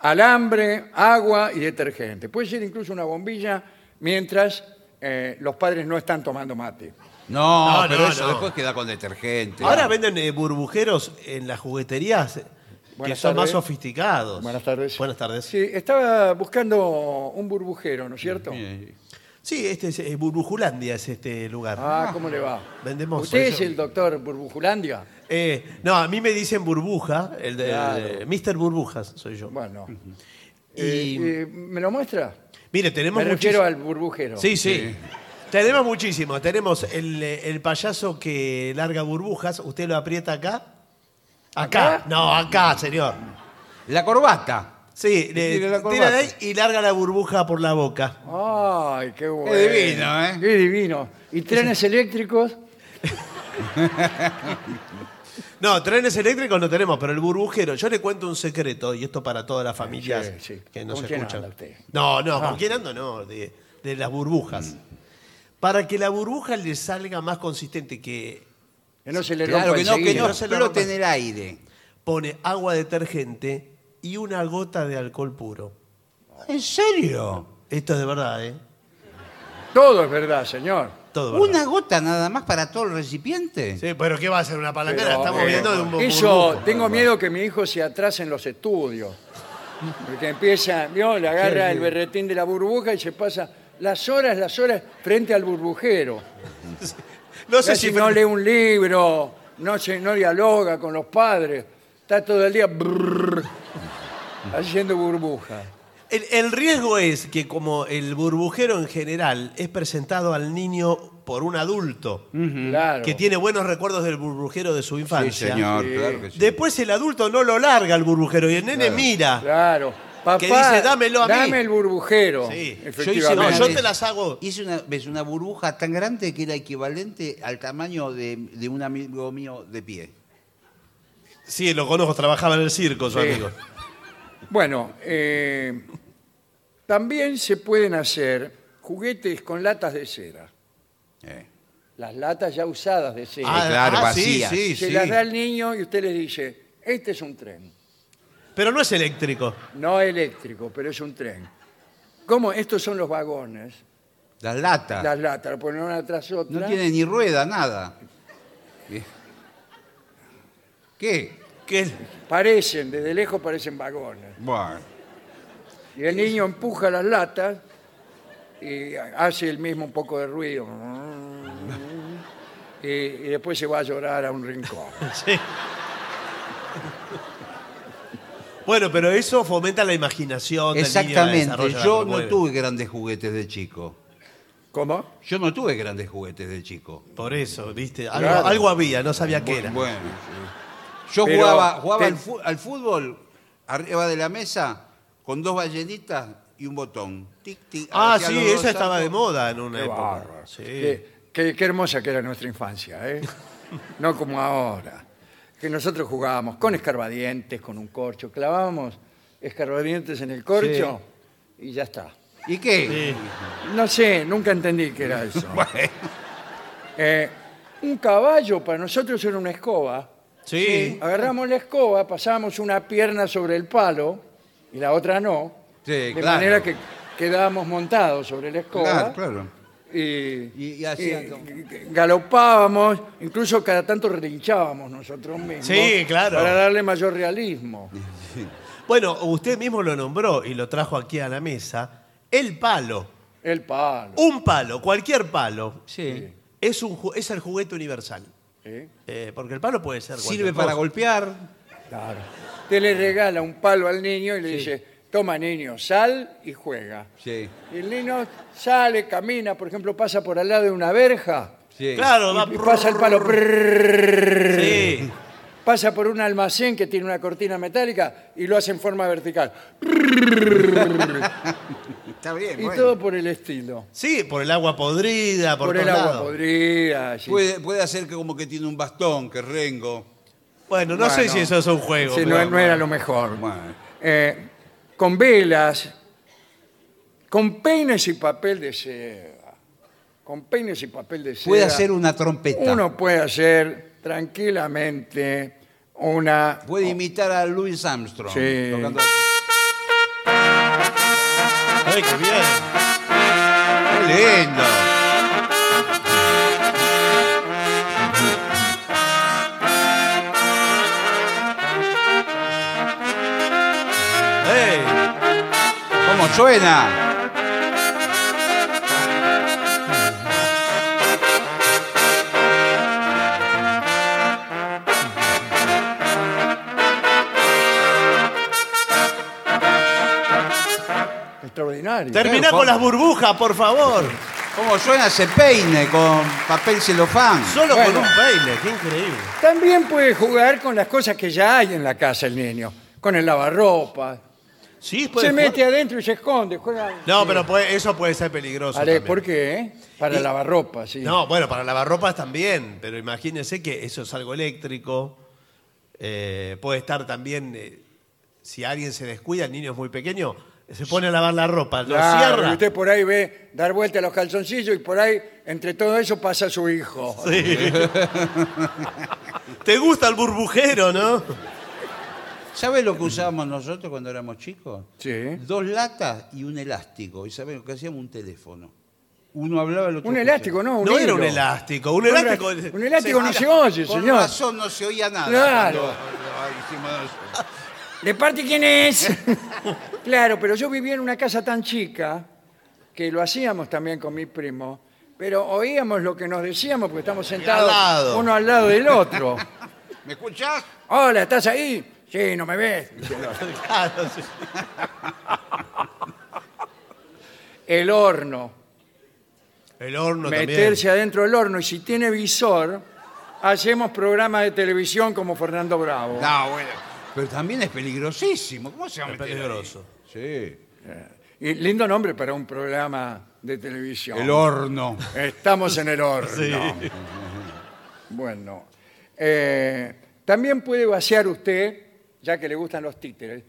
Speaker 1: Alambre, agua y detergente. Puede ser incluso una bombilla mientras eh, los padres no están tomando mate.
Speaker 3: No,
Speaker 2: No,
Speaker 3: pero
Speaker 2: no,
Speaker 3: eso
Speaker 2: no.
Speaker 3: después queda con detergente.
Speaker 2: Ahora venden eh, burbujeros en las jugueterías eh, que
Speaker 1: Buenas
Speaker 2: son más
Speaker 1: tardes.
Speaker 2: sofisticados.
Speaker 1: Buenas tardes.
Speaker 2: Buenas tardes. Sí,
Speaker 1: Sí, estaba buscando un burbujero, ¿no es cierto?
Speaker 2: este es eh, Burbujulandia es este lugar.
Speaker 1: Ah, ¿cómo le va?
Speaker 2: Vendemos
Speaker 1: ¿Usted es
Speaker 2: eso.
Speaker 1: el doctor Burbujulandia?
Speaker 2: Eh, no, a mí me dicen burbuja, el de
Speaker 1: Claro.
Speaker 2: el de Mr. Burbujas soy yo.
Speaker 1: Bueno.
Speaker 2: Y-
Speaker 1: Eh, eh, ¿Me lo muestra?
Speaker 2: Mire,
Speaker 1: Me
Speaker 2: tenemos
Speaker 1: refiero
Speaker 2: muchísimo.
Speaker 1: al burbujero.
Speaker 2: Sí, sí. Tenemos muchísimo. Tenemos el, eh, el payaso que larga burbujas. ¿Usted lo aprieta acá? Acá.
Speaker 1: ¿Acá?
Speaker 2: No, acá, señor.
Speaker 3: La corbata.
Speaker 2: Sí, le
Speaker 3: Tira la
Speaker 2: tira
Speaker 3: corbata.
Speaker 2: de ahí y larga la burbuja por la boca.
Speaker 1: Ay, qué bueno.
Speaker 3: divino, ¿eh?
Speaker 1: Qué divino. ¿Y trenes eléctricos?
Speaker 2: No, trenes eléctricos no tenemos, pero el burbujero. Yo le cuento un secreto, y esto para todas las familias
Speaker 1: Sí, sí.
Speaker 2: que nos
Speaker 1: ¿Con quién
Speaker 2: escuchan.
Speaker 1: anda usted? Ah.
Speaker 2: No, no, ¿con quién ando? No, de, de las burbujas. Para que la burbuja le salga más consistente, que
Speaker 1: Que no se le
Speaker 3: Claro
Speaker 1: rompa
Speaker 3: que no, que
Speaker 1: enseguida.
Speaker 3: no
Speaker 2: No se la
Speaker 3: explote
Speaker 2: rompa.
Speaker 3: en el aire.
Speaker 2: pone agua detergente y una gota de alcohol puro.
Speaker 3: ¿En serio?
Speaker 2: Esto es de verdad, ¿eh?
Speaker 1: Todo es verdad, señor.
Speaker 2: Todo verdad.
Speaker 3: ¿Una gota nada más para todo el recipiente?
Speaker 2: Sí, pero ¿qué va a hacer una palangana?
Speaker 1: Pero,
Speaker 2: Estamos
Speaker 1: eh,
Speaker 2: viendo de un bu-
Speaker 1: Eso,
Speaker 2: burbujo.
Speaker 1: tengo miedo que mi hijo se atrase en los estudios. Porque empieza, ¿vio? Le agarra el berretín de la burbuja y se pasa las horas, las horas frente al burbujero.
Speaker 2: No sé
Speaker 1: Casi
Speaker 2: si...
Speaker 1: no lee un libro, no, se, no dialoga con los padres. Está todo el día brrr, haciendo burbuja.
Speaker 2: El, el riesgo es que como el burbujero en general es presentado al niño por un adulto
Speaker 1: Mm. Claro.
Speaker 2: que tiene buenos recuerdos del burbujero de su
Speaker 3: Sí,
Speaker 2: infancia,
Speaker 3: señor,
Speaker 1: Sí.
Speaker 3: claro que sí.
Speaker 2: después el adulto no lo larga al burbujero y el nene mira.
Speaker 1: Claro. Papá,
Speaker 2: Que dice, "Dámelo a mí".
Speaker 1: Dame el burbujero.
Speaker 2: Sí. Yo hice
Speaker 1: Efectivamente.
Speaker 2: una
Speaker 3: una
Speaker 2: yo
Speaker 3: vez-
Speaker 2: te las hago.
Speaker 3: Hice una vez una burbuja tan grande que era equivalente al tamaño de, de un amigo mío de pie.
Speaker 2: Sí, lo conozco, trabajaba en el circo, su
Speaker 1: Sí.
Speaker 2: amigo.
Speaker 1: Bueno, eh, también se pueden hacer juguetes con latas de cera.
Speaker 3: Eh.
Speaker 1: Las latas ya usadas de cera.
Speaker 3: Ah, claro,
Speaker 2: sí,
Speaker 3: vacías.
Speaker 2: sí,
Speaker 1: se
Speaker 2: sí.
Speaker 1: las da al niño y usted le dice, este es un tren,
Speaker 2: Pero no es eléctrico.
Speaker 1: no eléctrico, pero es un tren. ¿Cómo? Estos son los vagones.
Speaker 3: Las latas.
Speaker 1: las latas, lo ponen una tras otra.
Speaker 3: Ah. No tiene ni rueda, nada. ¿Qué?
Speaker 2: ¿Qué?
Speaker 1: Parecen, desde lejos parecen vagones.
Speaker 3: Bueno.
Speaker 1: Y el niño empuja las latas y hace el mismo un poco de ruido. Y, y después se va a llorar a un rincón.
Speaker 2: Bueno, pero eso fomenta la imaginación. del niño, la
Speaker 3: Exactamente.
Speaker 2: desarrolla la
Speaker 3: Yo no
Speaker 2: promueve.
Speaker 3: tuve grandes juguetes de chico.
Speaker 1: ¿Cómo?
Speaker 3: Yo no tuve grandes juguetes de chico.
Speaker 2: Por eso, ¿viste? Algo,
Speaker 1: Claro.
Speaker 2: algo había, no sabía qué era.
Speaker 3: Bueno, sí. Yo
Speaker 1: Pero
Speaker 3: jugaba, jugaba
Speaker 1: te-
Speaker 3: al, fu- al fútbol arriba de la mesa con dos ballenitas y un botón. Tic, tic,
Speaker 2: Ah,
Speaker 3: hacía
Speaker 2: sí,
Speaker 3: los dos
Speaker 2: esa estaba de
Speaker 3: saltos.
Speaker 2: moda en una
Speaker 1: Qué
Speaker 2: época.
Speaker 1: bárbaro.
Speaker 2: Sí.
Speaker 1: Qué, qué- qué hermosa que era nuestra infancia, ¿eh? No como ahora. Que nosotros jugábamos con escarbadientes, con un corcho. Clavábamos escarbadientes en el corcho y ya está.
Speaker 3: ¿Y qué?
Speaker 2: Sí.
Speaker 1: No sé, nunca entendí qué era eso. Eh, un caballo para nosotros era una escoba.
Speaker 2: Sí.
Speaker 1: Agarramos la escoba, pasamos una pierna sobre el palo y la otra no.
Speaker 3: Sí,
Speaker 1: de
Speaker 3: claro.
Speaker 1: manera que quedábamos montados sobre la
Speaker 3: Claro,
Speaker 1: escoba.
Speaker 3: claro.
Speaker 1: Y,
Speaker 3: Y- y hacían
Speaker 1: y
Speaker 3: como-
Speaker 1: galopábamos, incluso cada tanto relinchábamos nosotros mismos.
Speaker 2: Sí, claro.
Speaker 1: Para darle mayor realismo.
Speaker 2: Bueno, usted mismo lo nombró y lo trajo aquí a la mesa. El palo.
Speaker 1: El palo.
Speaker 2: Un palo, cualquier palo.
Speaker 3: Sí.
Speaker 2: Es, un, ju- es el juguete universal.
Speaker 1: ¿sí?
Speaker 2: Eh, porque el palo puede ser.
Speaker 3: Sirve
Speaker 2: cualquier
Speaker 3: para
Speaker 2: cosa.
Speaker 3: golpear.
Speaker 1: Claro. Usted le regala un palo al niño y le dice, toma niño, sal y juega.
Speaker 3: Sí.
Speaker 1: Y el niño sale, camina, por ejemplo, pasa por al lado de una verja
Speaker 3: sí.
Speaker 2: Claro, va.
Speaker 1: y pasa el palo. prrrr,
Speaker 2: Sí.
Speaker 1: Pasa por un almacén que tiene una cortina metálica y lo hace en forma vertical.
Speaker 3: Está bien,
Speaker 1: Y
Speaker 3: bueno.
Speaker 1: todo por el estilo.
Speaker 2: Sí, por el agua podrida, por,
Speaker 1: Por, el
Speaker 2: todos
Speaker 1: agua
Speaker 2: lados.
Speaker 1: podrida. sí.
Speaker 3: Puede, puede hacer que como que tiene un bastón, que rengo.
Speaker 2: Bueno, no sé
Speaker 1: Bueno.
Speaker 2: si eso es un juego.
Speaker 1: Sí,
Speaker 2: pero-
Speaker 1: no, no era lo mejor.
Speaker 3: Bueno.
Speaker 1: Eh, con velas, con peines y papel de seda. Con peines y papel de seda.
Speaker 3: Puede hacer una trompeta.
Speaker 1: Uno puede hacer tranquilamente una.
Speaker 3: Puede imitar a Louis Armstrong.
Speaker 1: Sí.
Speaker 3: tocando-
Speaker 2: Ay, qué bien.
Speaker 3: ¡Qué lindo!
Speaker 2: Ey,
Speaker 3: ¿Cómo suena?
Speaker 1: Extraordinaria.
Speaker 2: Terminá
Speaker 3: Juan.
Speaker 2: con las burbujas, por favor.
Speaker 3: ¿Cómo suena ese peine con papel celofán?
Speaker 2: Solo
Speaker 1: Bueno.
Speaker 2: con un baile, qué increíble.
Speaker 1: También puede jugar con las cosas que ya hay en la casa el niño. Con el lavarropa.
Speaker 2: Sí, puede
Speaker 1: Se
Speaker 2: jugar.
Speaker 1: mete adentro y se esconde. Juega.
Speaker 2: No, pero puede- eso puede ser peligroso.
Speaker 1: Ale,
Speaker 2: también.
Speaker 1: ¿Por qué? eh? Para
Speaker 2: Y-
Speaker 1: lavarropa, sí.
Speaker 2: No, bueno, para lavarropas también, pero imagínense que eso es algo eléctrico. eh, puede estar también, eh, si alguien se descuida, el niño es muy pequeño, se pone a lavar la ropa, lo
Speaker 1: Claro,
Speaker 2: cierra.
Speaker 1: y usted por ahí ve dar vuelta a los calzoncillos y por ahí, entre todo eso, pasa su hijo.
Speaker 2: Te gusta el burbujero, ¿no?
Speaker 3: ¿Sabe lo que usábamos nosotros cuando éramos chicos?
Speaker 1: Sí.
Speaker 3: Dos latas y un elástico. ¿Y sabe lo que hacíamos? Un teléfono. Uno hablaba, el otro
Speaker 1: Un
Speaker 3: escuchaba.
Speaker 1: elástico, ¿no? Un
Speaker 2: no era
Speaker 1: hilo.
Speaker 2: un elástico, un
Speaker 1: Un
Speaker 2: elástico.
Speaker 1: elástico- un elástico no se oye,
Speaker 3: Con
Speaker 1: señor.
Speaker 3: razón no se oía nada.
Speaker 1: Claro.
Speaker 3: cuando- Ay, hicimos eso.
Speaker 1: ¿De parte quién es? claro, pero yo vivía en una casa tan chica que lo hacíamos también con mi primo, pero oíamos lo que nos decíamos porque estamos sentados
Speaker 2: lado.
Speaker 1: uno al lado del otro.
Speaker 3: ¿Me escuchás?
Speaker 1: Hola, ¿estás ahí? Sí, no me ves.
Speaker 2: Claro, sí.
Speaker 1: El horno.
Speaker 2: El horno
Speaker 1: Meterse adentro del horno y si tiene visor, hacemos programas de televisión como Fernando Bravo.
Speaker 3: No, bueno. Pero también es peligrosísimo. ¿Cómo se va a
Speaker 2: también. Es
Speaker 3: meter ahí?
Speaker 2: peligroso.
Speaker 3: Sí.
Speaker 1: Y lindo nombre para un programa de televisión.
Speaker 3: El horno.
Speaker 1: Estamos en el horno.
Speaker 2: Sí.
Speaker 1: Bueno, eh, también puede vaciar usted, ya que le gustan los títeres,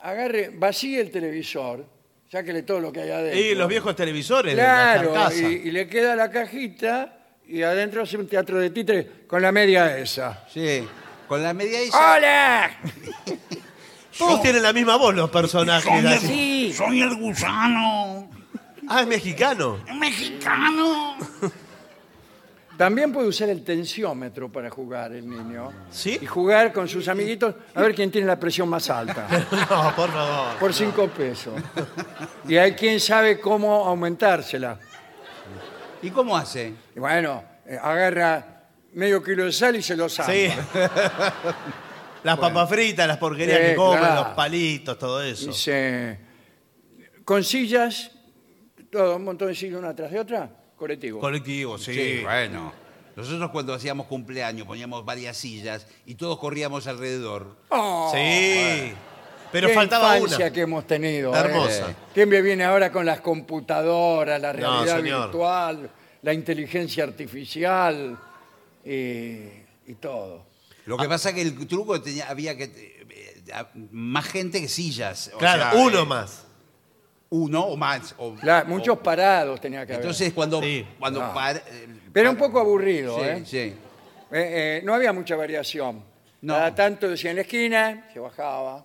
Speaker 1: agarre, vacíe el televisor, sáquele todo lo que hay adentro.
Speaker 2: Y los viejos televisores de la
Speaker 1: Claro,
Speaker 2: carcasa.
Speaker 1: y, y le queda la cajita y adentro hace un teatro de títeres con la media esa.
Speaker 3: Sí. Con la media
Speaker 1: Ah.
Speaker 3: esa.
Speaker 1: ¡Hola!
Speaker 2: Todos tienen la misma voz los personajes.
Speaker 4: Soy el,
Speaker 2: así.
Speaker 4: soy el gusano.
Speaker 2: Ah, es mexicano.
Speaker 4: mexicano.
Speaker 1: También puede usar el tensiómetro para jugar el niño.
Speaker 2: ¿Sí?
Speaker 1: Y jugar con sus amiguitos a ver quién tiene la presión más alta.
Speaker 2: No, por favor.
Speaker 1: Por cinco pesos. Y hay quien sabe cómo aumentársela.
Speaker 3: ¿Y cómo hace?
Speaker 1: Y bueno, eh, agarra medio kilo de sal y se lo saca.
Speaker 2: Sí. Las papas fritas, las porquerías
Speaker 1: Sí,
Speaker 2: que comen,
Speaker 1: claro.
Speaker 2: los palitos, todo eso.
Speaker 1: Dice, con sillas, todo, un montón de sillas una tras de otra, colectivo.
Speaker 2: Colectivo, sí.
Speaker 3: bueno. Nosotros cuando hacíamos cumpleaños poníamos varias sillas y todos corríamos alrededor.
Speaker 1: Oh,
Speaker 2: Sí. Pero
Speaker 1: qué
Speaker 2: faltaba una.
Speaker 1: infancia que hemos tenido.
Speaker 2: Está
Speaker 1: ¿eh?
Speaker 2: hermosa.
Speaker 1: ¿Quién me viene ahora con las computadoras, la realidad
Speaker 2: señor.
Speaker 1: virtual, la inteligencia artificial eh, y todo?
Speaker 3: Lo que pasa es que el truco tenía, había que eh, eh, más gente que sillas. o
Speaker 2: Claro,
Speaker 3: sea,
Speaker 2: uno
Speaker 3: eh,
Speaker 2: más.
Speaker 3: Uno o más. o-
Speaker 1: La-
Speaker 3: o-
Speaker 2: Oh.
Speaker 1: muchos parados tenía que haber.
Speaker 3: Entonces cuando...
Speaker 2: Sí.
Speaker 3: cuando
Speaker 1: Ah.
Speaker 3: par- eh,
Speaker 1: Pero un
Speaker 3: par-
Speaker 1: poco aburrido,
Speaker 3: Sí,
Speaker 1: ¿eh?
Speaker 3: sí.
Speaker 1: Eh, eh, no había mucha variación.
Speaker 3: No.
Speaker 1: Cada tanto decía en la esquina, se bajaba.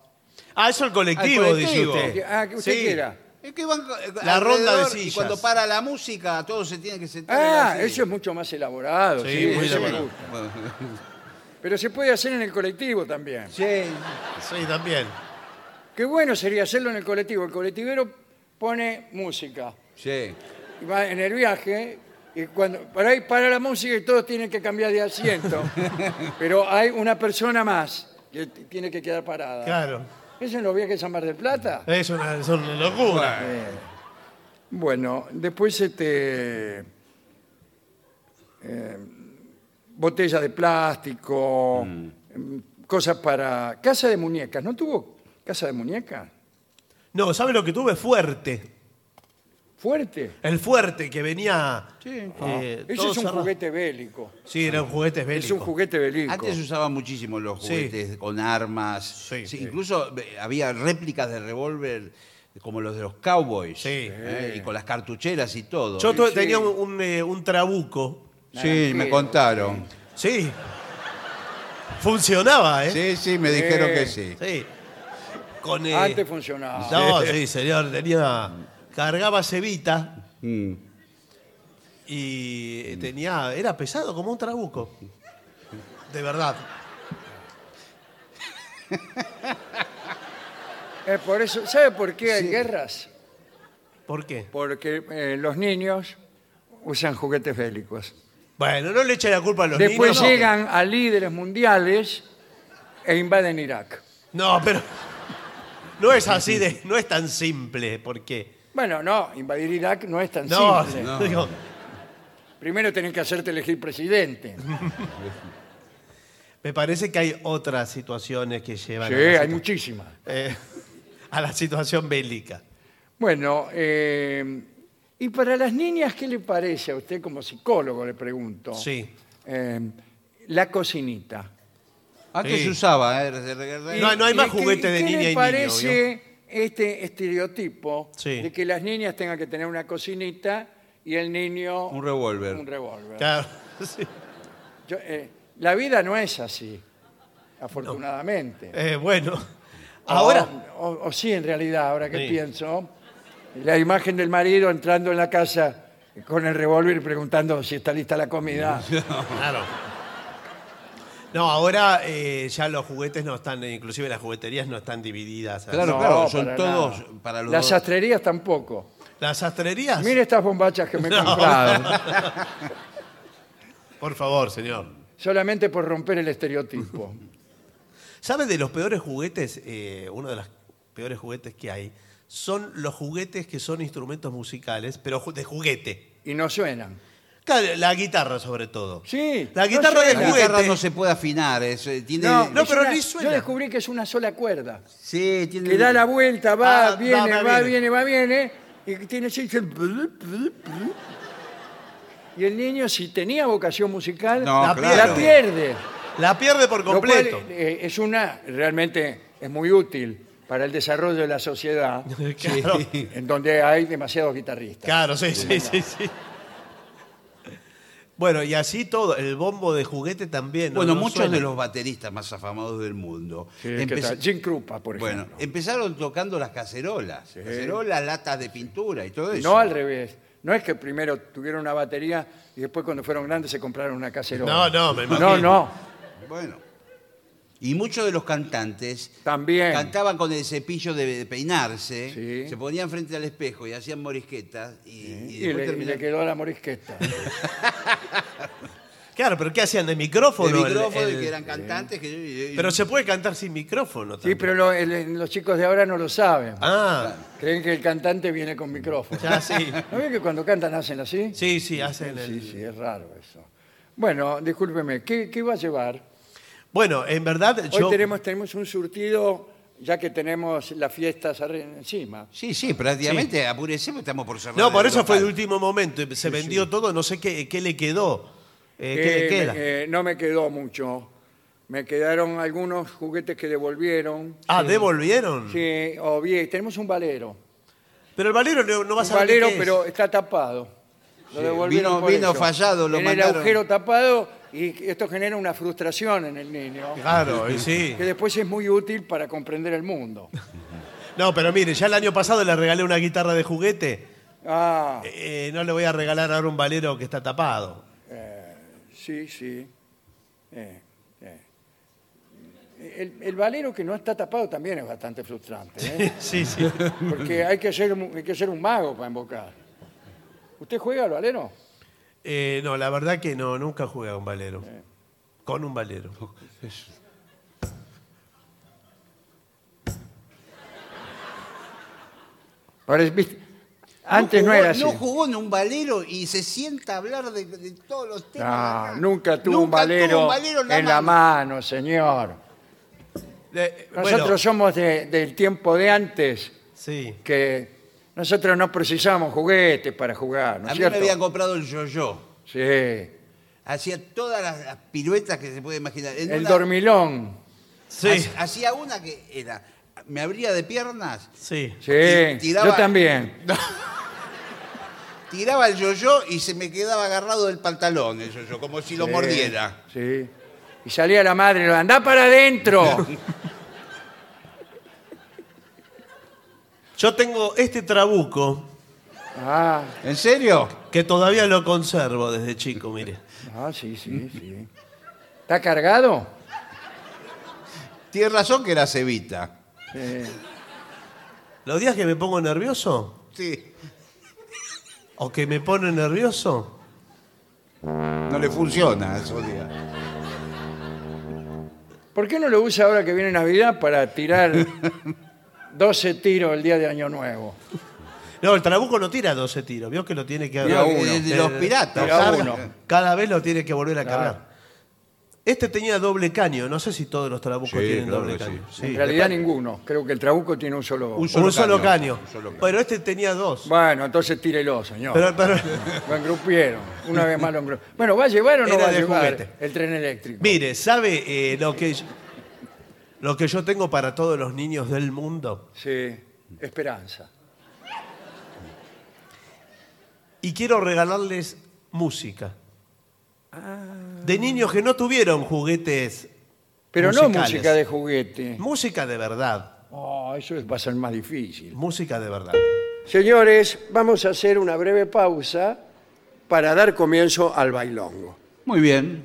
Speaker 2: Ah, eso el colectivo,
Speaker 3: Al
Speaker 2: dice
Speaker 3: colectivo.
Speaker 2: usted.
Speaker 1: Ah, que usted
Speaker 2: Sí.
Speaker 1: quiera.
Speaker 3: Es que van co- eh,
Speaker 2: La ronda de
Speaker 3: alrededor Y
Speaker 2: sillas.
Speaker 3: cuando para la música, todos se tienen que sentar. en la
Speaker 1: Ah,
Speaker 3: silla.
Speaker 1: eso es mucho más elaborado.
Speaker 2: Sí,
Speaker 1: Sí,
Speaker 2: muy
Speaker 1: eso me
Speaker 2: elaborado.
Speaker 1: gusta. Pero se puede hacer en el colectivo también.
Speaker 3: Sí.
Speaker 2: Sí, también.
Speaker 1: Qué bueno sería hacerlo en el colectivo. El colectivero pone música.
Speaker 3: Sí.
Speaker 1: Y va en el viaje y cuando para ahí para la música y todos tienen que cambiar de asiento. Pero hay una persona más que t- tiene que quedar parada.
Speaker 2: Claro.
Speaker 1: ¿Eso en los viajes a Mar del Plata?
Speaker 2: Es una, es una locura.
Speaker 1: Bueno, después este eh, botellas de plástico, em, cosas para casa de muñecas. ¿No tuvo casa de muñecas?
Speaker 2: No, ¿sabe lo que tuve? Fuerte.
Speaker 1: Fuerte.
Speaker 2: El fuerte que venía. eh, todo
Speaker 1: Eso Ah. es un
Speaker 2: cerrado.
Speaker 1: juguete bélico.
Speaker 2: Sí, era un juguete bélico.
Speaker 1: Es un juguete bélico.
Speaker 3: Antes usaban muchísimo los
Speaker 2: Sí.
Speaker 3: juguetes con armas.
Speaker 2: Sí, sí.
Speaker 3: Incluso eh, había réplicas de revólver como los de los cowboys.
Speaker 2: Sí.
Speaker 3: ¿eh? Y con las cartucheras y todo.
Speaker 2: Yo tuve-
Speaker 1: Sí.
Speaker 2: tenía un, un, eh, un trabuco.
Speaker 3: sí, me contaron.
Speaker 2: Sí. Funcionaba, ¿eh?
Speaker 3: Sí, sí, me dijeron
Speaker 1: Eh.
Speaker 3: que sí.
Speaker 2: Sí. Con, eh,
Speaker 1: Antes funcionaba.
Speaker 2: No, sí, señor, tenía. Cargaba cebita
Speaker 3: Mm.
Speaker 2: y eh, tenía. Era pesado como un trabuco. De verdad.
Speaker 1: Eh, por eso, ¿sabe por qué hay guerras?
Speaker 2: ¿Por qué?
Speaker 1: Porque eh, los niños usan juguetes bélicos.
Speaker 2: Bueno, no le eche la culpa a los
Speaker 1: Después
Speaker 2: niños.
Speaker 1: llegan a líderes mundiales e invaden Irak.
Speaker 2: No, pero. No es así de. No es tan simple, porque.
Speaker 1: Bueno, no, invadir Irak no es tan
Speaker 2: No,
Speaker 1: simple.
Speaker 2: digo,
Speaker 1: Primero tenés que hacerte elegir presidente.
Speaker 2: me parece que hay otras situaciones que llevan
Speaker 1: Sí,
Speaker 2: a, la
Speaker 1: hay
Speaker 2: situ-
Speaker 1: muchísimas.
Speaker 2: eh, a la situación bélica.
Speaker 1: Bueno, eh, y para las niñas, ¿qué le parece a usted como psicólogo? Le pregunto.
Speaker 2: Sí.
Speaker 1: Eh, la cocinita.
Speaker 3: Antes
Speaker 2: Sí.
Speaker 3: se usaba, ¿eh? de- de- de-
Speaker 2: No, no hay
Speaker 1: ¿Y
Speaker 2: más
Speaker 1: qué-
Speaker 2: juguete de
Speaker 1: qué
Speaker 2: niña y
Speaker 1: le
Speaker 2: niño,
Speaker 1: parece este estereotipo
Speaker 2: Sí.
Speaker 1: de que las niñas tengan que tener una cocinita y el niño
Speaker 3: Un revólver.
Speaker 1: un revólver?
Speaker 2: Claro, sí.
Speaker 1: Yo, eh, la vida no es así, afortunadamente.
Speaker 2: Eh, bueno.
Speaker 1: Oh.
Speaker 2: Ahora.
Speaker 1: O, o- o sí, en realidad, ahora que
Speaker 2: Sí.
Speaker 1: pienso. La imagen del marido entrando en la casa con el revólver y preguntando si está lista la comida.
Speaker 2: Claro. No, ahora eh, ya los juguetes no están, eh, inclusive las jugueterías no están divididas. así.
Speaker 3: Claro, claro, son
Speaker 1: para
Speaker 3: todos
Speaker 1: nada.
Speaker 3: para los
Speaker 1: Las
Speaker 3: dos.
Speaker 1: sastrerías tampoco.
Speaker 2: Las sastrerías.
Speaker 1: Mire estas bombachas que me he
Speaker 2: Ah, No.
Speaker 1: comprado.
Speaker 2: Por favor, señor.
Speaker 1: Solamente por romper el estereotipo.
Speaker 2: ¿Sabe de los peores juguetes? Eh, uno de los peores juguetes que hay son los juguetes que son instrumentos musicales, pero ju- de juguete.
Speaker 1: Y no suenan.
Speaker 2: Claro, la guitarra sobre todo.
Speaker 1: Sí,
Speaker 2: La
Speaker 1: no
Speaker 2: guitarra de
Speaker 1: suena.
Speaker 3: La
Speaker 2: juguete.
Speaker 3: guitarra no se puede afinar. es- eh, tiene,
Speaker 2: no,
Speaker 1: es
Speaker 2: pero
Speaker 1: una-
Speaker 2: ni suena.
Speaker 1: Yo descubrí que es una sola cuerda.
Speaker 3: sí, tiene-
Speaker 1: Que da la vuelta, va,
Speaker 2: Ah,
Speaker 1: viene,
Speaker 2: va,
Speaker 1: va,
Speaker 2: va, viene.
Speaker 1: viene, va, viene. Y tiene así, dice, Y el niño, si tenía vocación musical,
Speaker 3: No,
Speaker 1: la,
Speaker 3: claro.
Speaker 1: la pierde.
Speaker 2: La pierde por
Speaker 1: Lo cual,
Speaker 2: completo.
Speaker 1: eh, es una, realmente, es muy útil para el desarrollo de la sociedad,
Speaker 2: Claro,
Speaker 1: en donde hay demasiados guitarristas.
Speaker 2: claro, sí, sí, sí, sí. Bueno, y así todo, el bombo de juguete también. ¿no?
Speaker 3: Bueno,
Speaker 2: No
Speaker 3: muchos
Speaker 2: suena.
Speaker 3: de los bateristas más afamados del mundo
Speaker 1: Sí, ¿qué
Speaker 3: empeza-
Speaker 1: tal? Jim Krupa, por
Speaker 3: bueno,
Speaker 1: ejemplo.
Speaker 3: empezaron tocando las cacerolas, cacerolas, latas de pintura y todo eso.
Speaker 1: No al revés. No es que primero tuvieron una batería y después cuando fueron grandes se compraron una cacerola.
Speaker 2: No, no, me
Speaker 1: No,
Speaker 2: imagino.
Speaker 1: no.
Speaker 3: Bueno. Y muchos de los cantantes
Speaker 1: También.
Speaker 3: cantaban con el cepillo de, de peinarse,
Speaker 1: Sí.
Speaker 3: se ponían frente al espejo y hacían morisquetas y, y
Speaker 1: Y,
Speaker 3: después
Speaker 1: le,
Speaker 3: terminaban-
Speaker 1: le quedó la morisqueta.
Speaker 2: Claro, pero ¿qué hacían de micrófono?
Speaker 3: de
Speaker 2: El-
Speaker 3: micrófono y
Speaker 2: el-
Speaker 3: que eran cantantes. que-
Speaker 2: Pero se puede cantar sin micrófono
Speaker 1: Sí,
Speaker 2: también.
Speaker 1: pero lo- el- los chicos de ahora no lo saben.
Speaker 2: Ah,
Speaker 1: Creen que el cantante viene con micrófono.
Speaker 2: ya sí.
Speaker 1: ¿No ven que cuando cantan hacen así?
Speaker 2: Sí, sí, hacen el...
Speaker 1: Sí, sí, es raro eso. Bueno, discúlpeme, ¿qué, qué va a llevar?
Speaker 2: Bueno, en verdad
Speaker 1: Hoy
Speaker 2: yo...
Speaker 1: tenemos, tenemos un surtido, ya que tenemos las fiestas arri- encima.
Speaker 3: Sí, sí, prácticamente apurecemos, estamos por cerrar.
Speaker 2: No, por
Speaker 3: el
Speaker 2: eso fue de
Speaker 3: local.
Speaker 2: último momento. Se vendió todo, no sé qué, qué le quedó. Eh, ¿Qué
Speaker 1: Eh,
Speaker 2: le queda?
Speaker 1: me- eh, no me quedó mucho. Me quedaron algunos juguetes que devolvieron.
Speaker 2: ah, devolvieron.
Speaker 1: Sí, o bien, tenemos un valero.
Speaker 2: Pero el valero no, no va a
Speaker 1: Un
Speaker 2: saber
Speaker 1: valero,
Speaker 2: qué es.
Speaker 1: pero está tapado. Lo devolvieron
Speaker 3: vino-
Speaker 1: por
Speaker 3: vino
Speaker 1: eso.
Speaker 3: fallado, lo
Speaker 1: en
Speaker 3: mandaron.
Speaker 1: el agujero tapado y esto genera una frustración en el niño.
Speaker 2: Claro, y sí.
Speaker 1: Que después es muy útil para comprender el mundo.
Speaker 2: No, pero mire, ya el año pasado le regalé una guitarra de juguete.
Speaker 1: Ah,
Speaker 2: Eh, no le voy a regalar ahora un valero que está tapado.
Speaker 1: sí, sí. Eh, eh. El, el valero que no está tapado también es bastante frustrante. ¿eh?
Speaker 2: Sí, sí.
Speaker 1: Porque hay que ser, un- hay que ser un mago para embocar. ¿Usted juega al valero?
Speaker 2: Eh, no, la verdad que no, nunca jugué a un valero. Con un valero.
Speaker 1: Ahora, ¿viste? Antes no,
Speaker 3: jugó-
Speaker 1: era así.
Speaker 3: No jugó en un valero y se sienta a hablar de, de todos los temas.
Speaker 1: Ah,
Speaker 3: acá.
Speaker 1: nunca tuvo un
Speaker 3: Nunca
Speaker 1: valero,
Speaker 3: tuvo un valero
Speaker 1: en la mano, señor.
Speaker 2: Eh, bueno,
Speaker 1: Nosotros somos de- del tiempo de antes,
Speaker 2: sí.
Speaker 1: que nosotros no precisamos juguetes para jugar, ¿no
Speaker 3: A
Speaker 1: es
Speaker 3: mí
Speaker 1: cierto?
Speaker 3: me habían comprado el yo-yo.
Speaker 1: Sí,
Speaker 3: Hacía todas las, las piruetas que se puede imaginar. En
Speaker 1: el
Speaker 3: una-
Speaker 1: dormilón,
Speaker 2: Sí,
Speaker 3: ha- Hacía una que era, me abría de piernas,
Speaker 2: sí.
Speaker 1: sí,
Speaker 3: Y tiraba-
Speaker 1: yo también.
Speaker 3: tiraba el yo-yo y se me quedaba agarrado del pantalón el yo-yo, como si lo
Speaker 1: Sí,
Speaker 3: mordiera.
Speaker 1: Sí, y salía la madre, ¡andá para adentro!
Speaker 2: Yo tengo este trabuco
Speaker 1: ah,
Speaker 3: ¿En serio?
Speaker 2: que todavía lo conservo desde chico, mire.
Speaker 1: ah, sí, sí, sí. ¿Está cargado?
Speaker 3: Tienes razón que era cevita.
Speaker 1: Sí.
Speaker 2: Los días que me pongo nervioso,
Speaker 3: Sí,
Speaker 2: o que me pone nervioso,
Speaker 3: no le funciona esos días.
Speaker 1: ¿Por qué no lo usa ahora que viene Navidad para tirar 12 tiros el día de Año Nuevo?
Speaker 2: No, el trabuco no tira 12 tiros, vio que lo tiene que
Speaker 3: De
Speaker 1: a
Speaker 2: agarrar.
Speaker 1: uno.
Speaker 3: de los piratas.
Speaker 1: de a
Speaker 2: Cada-
Speaker 1: uno.
Speaker 2: Cada vez lo tiene que volver a
Speaker 1: Claro.
Speaker 2: cargar. Este tenía doble caño, no sé si todos los trabucos
Speaker 3: Sí,
Speaker 2: tienen
Speaker 3: claro
Speaker 2: doble
Speaker 3: que sí.
Speaker 2: caño. Sí.
Speaker 1: en realidad ninguno. Creo que el trabuco tiene un solo.
Speaker 2: Un solo, caño.
Speaker 3: un solo caño.
Speaker 2: Pero este tenía dos.
Speaker 1: Bueno, entonces tírelo, señor.
Speaker 2: Pero, pero-
Speaker 1: Lo engrupieron. Una vez más lo engrupieron. Bueno, ¿va a llevar o no
Speaker 2: Era
Speaker 1: va a
Speaker 2: de
Speaker 1: llevar
Speaker 2: juguete.
Speaker 1: el tren eléctrico?
Speaker 2: mire, ¿sabe eh, lo, que yo, lo que yo tengo para todos los niños del mundo?
Speaker 1: Sí, esperanza.
Speaker 2: Y quiero regalarles música. De niños que no tuvieron juguetes.
Speaker 1: Pero no
Speaker 2: musicales.
Speaker 1: música de juguete.
Speaker 2: Música de verdad.
Speaker 1: Oh, eso va a ser más difícil.
Speaker 2: Música de verdad.
Speaker 1: Señores, vamos a hacer una breve pausa para dar comienzo al bailongo.
Speaker 3: Muy bien.